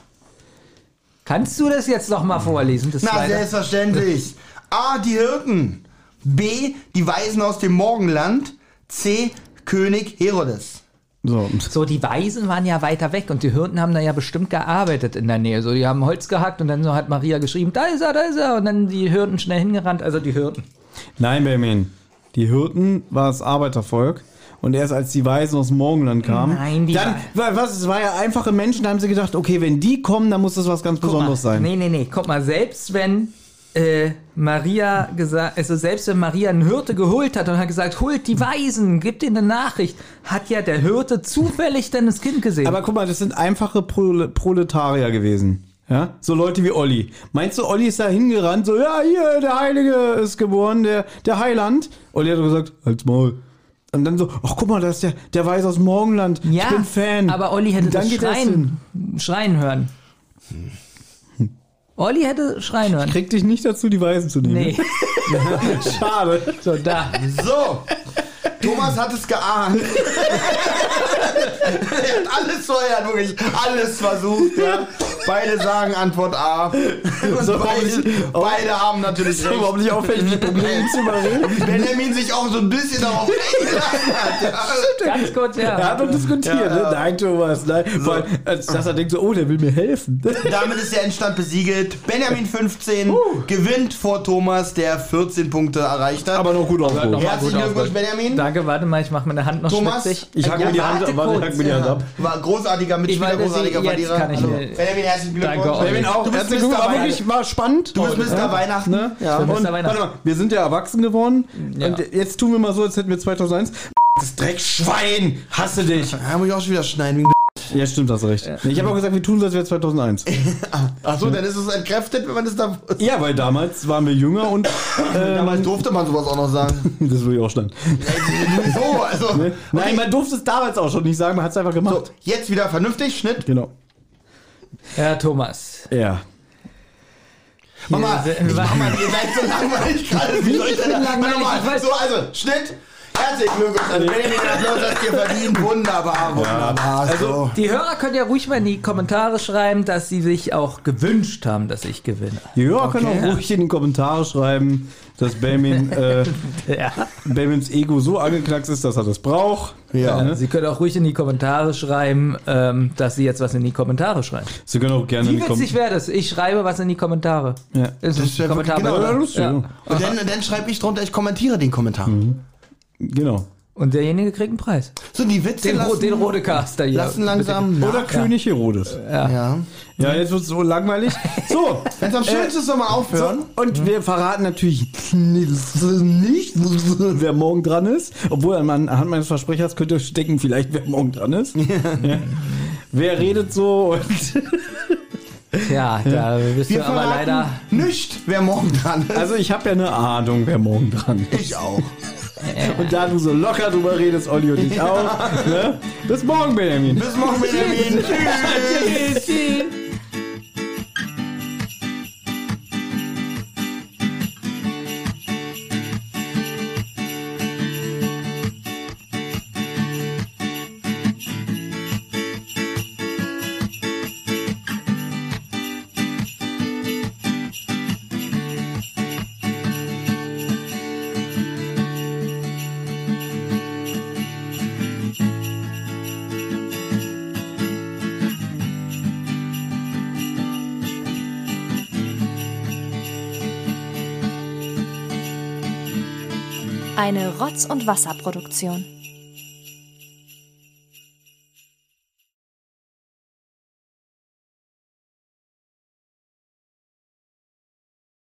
S3: Kannst du das jetzt nochmal vorlesen? Das
S1: Na,
S3: zweite?
S1: selbstverständlich. A. Die Hirten. B. Die Weisen aus dem Morgenland. C. König Herodes.
S2: So.
S3: so, die Weisen waren ja weiter weg und die Hirten haben da ja bestimmt gearbeitet in der Nähe. So, die haben Holz gehackt und dann so hat Maria geschrieben, da ist er, da ist er. Und dann die Hirten schnell hingerannt, also die Hirten.
S2: Nein, Benjamin. Die Hirten war das Arbeitervolk. Und erst als die Weisen aus dem Morgenland kamen,
S3: Nein, die
S2: dann, wa- was, es war ja einfache Menschen, da haben sie gedacht, okay, wenn die kommen, dann muss das was ganz
S3: Guck
S2: Besonderes
S3: mal,
S2: sein.
S3: Nee, nee, nee. Guck mal, selbst wenn äh, Maria gesagt, also selbst wenn Maria einen Hirte geholt hat und hat gesagt, holt die Weisen, gibt ihnen eine Nachricht, hat ja der Hirte zufällig dann das Kind gesehen.
S2: Aber guck mal, das sind einfache Prole Proletarier gewesen. Ja, so Leute wie Olli. Meinst du, Olli ist da hingerannt, so, ja, hier, der Heilige ist geboren, der, der Heiland. Olli hat doch gesagt, halt's Maul. Und dann so, ach guck mal, das ist der, der Weiß aus Morgenland. ich bin Fan.
S3: Aber Olli hätte
S2: Und dann
S3: das
S2: geht das hin.
S3: Schreien, Schreien hören. Olli hätte Schreien hören.
S2: Krieg dich nicht dazu, die Weisen zu nehmen.
S3: Nee,
S2: Schade.
S3: so da.
S1: So, Thomas hat es geahnt. er hat alles so, er hat wirklich alles versucht. Ja. Beide sagen Antwort A. Und
S2: So, Oh.
S1: beide, beide haben natürlich recht.
S2: Überhaupt nicht auffällig, die Probleme zu überreden.
S1: Benjamin sich auch so ein bisschen darauf eingelassen hat. Ja.
S3: Ganz kurz,
S2: Er hat
S3: ja.
S2: doch diskutiert, ne? Nein, Thomas, nein. Weil, als dass er denkt so, oh, der will mir helfen.
S1: Damit ist der Endstand besiegelt. Benjamin 15 gewinnt vor Thomas, der 14 Punkte erreicht hat.
S2: Aber noch gut aufgehoben.
S3: Ja,
S1: Herzlichen
S3: gut
S1: Glückwunsch,
S3: ausgeholt.
S1: Benjamin.
S3: Danke, warte mal, ich mache meine Hand noch
S1: Thomas,
S3: schmutzig.
S2: Ich hack mir die Hand,
S1: warte
S2: warte, ich
S1: kurz.
S2: hack mir die Hand ab.
S1: War ein großartiger Mitspieler,
S3: Ich weiß, dass
S1: großartiger
S3: ich- jetzt
S1: Verlierer.
S3: kann ich
S1: Also,
S3: mir-
S1: Benjamin, herzlichen Glückwunsch.
S3: Danke, Olli.
S1: Benjamin, auch.
S2: du bist
S1: Herzlichen
S2: Mr. war
S1: Weihnachten.
S2: wirklich war spannend.
S1: Du bist Mr. Weihnachten.
S2: Ne?
S1: Ja.
S2: Und,
S3: bin Mr.
S2: warte
S3: Weihnachten.
S2: mal, wir sind ja erwachsen geworden.
S3: Ja.
S2: Und jetzt tun wir mal so, als hätten wir 2001. Das Dreckschwein! Hasse dich!
S1: Ja, muss ich auch schon wieder schneiden. wegen
S2: Ja, stimmt, hast du recht. Ich habe auch gesagt, wir tun so, als wäre 2001.
S1: Achso, dann ist es entkräftet, wenn man das da.
S2: Ja, weil damals waren wir jünger und ähm,
S1: Damals durfte man sowas auch noch sagen.
S2: das würde ich auch stand.
S1: so, also.
S3: Ne?
S2: Nein, man durfte es damals auch schon nicht sagen, man hat es einfach
S1: So,
S2: gemacht.
S1: jetzt wieder vernünftig, Schnitt.
S2: Genau.
S3: Ja, Thomas.
S2: Ja.
S1: Mama,
S3: Hier,
S1: ich
S3: wa-
S1: mach mal, ihr seid so langweilig gerade. Wie soll ich denn
S3: langweilig,
S1: Warte mal,
S3: ich weiß-
S1: So, also, Schnitt. Herzlichen Glückwunsch an Benjamin, den Applaus habt ihr verdient. Wunderbar, wunderbar.
S2: Also,
S1: so.
S3: Die Hörer können ja ruhig mal in die Kommentare schreiben, dass sie sich auch gewünscht haben, dass ich gewinne.
S2: Die Hörer können auch ruhig in die Kommentare schreiben, dass Benjamin, äh,
S3: Ja.
S2: Benjamins Ego so angeknackst ist, dass er das braucht.
S1: Ja.
S2: Ne?
S3: Also Sie können auch ruhig in die Kommentare schreiben, ähm, dass sie jetzt was in die Kommentare schreiben.
S2: Sie können auch gerne in
S3: Wie
S2: die Kom-
S3: witzig wäre das? Ich schreibe was in die Kommentare.
S2: Ja.
S3: Das ist
S1: wär
S3: ein Kommentar.
S1: wirklich-
S3: oder?
S1: genau,
S2: ja, lustig, ja.
S1: Und dann, dann schreibe ich drunter, ich kommentiere den Kommentar.
S3: Mhm.
S2: Genau.
S3: Und derjenige kriegt einen Preis.
S1: So, die Witze
S3: Den, Ro
S1: lassen,
S3: den Rodecaster hier.
S1: lassen langsam nach.
S2: Oder König Herodes.
S1: Ja.
S2: Ja, jetzt wird es so langweilig. So, äh,
S1: Wenn
S3: Äh,
S1: es am schönsten ist, soll man aufhören.
S2: und wir verraten natürlich nicht, wer morgen dran ist. Obwohl, anhand meines Versprechers könnt ihr stecken, vielleicht wer morgen dran ist. Ja. Wer redet so? Und
S3: Ja, da bist
S1: Wir
S3: du aber
S1: verraten
S3: leider.
S1: nicht, wer morgen dran ist.
S2: also ich habe ja eine Ahnung, wer morgen dran ist.
S1: ich auch.
S2: Und da du so locker drüber redest, Olli und ich auch. Ne? Bis morgen, Benjamin.
S1: Bis morgen, Benjamin. Tschüss.
S5: Eine Rotz- und Wasserproduktion.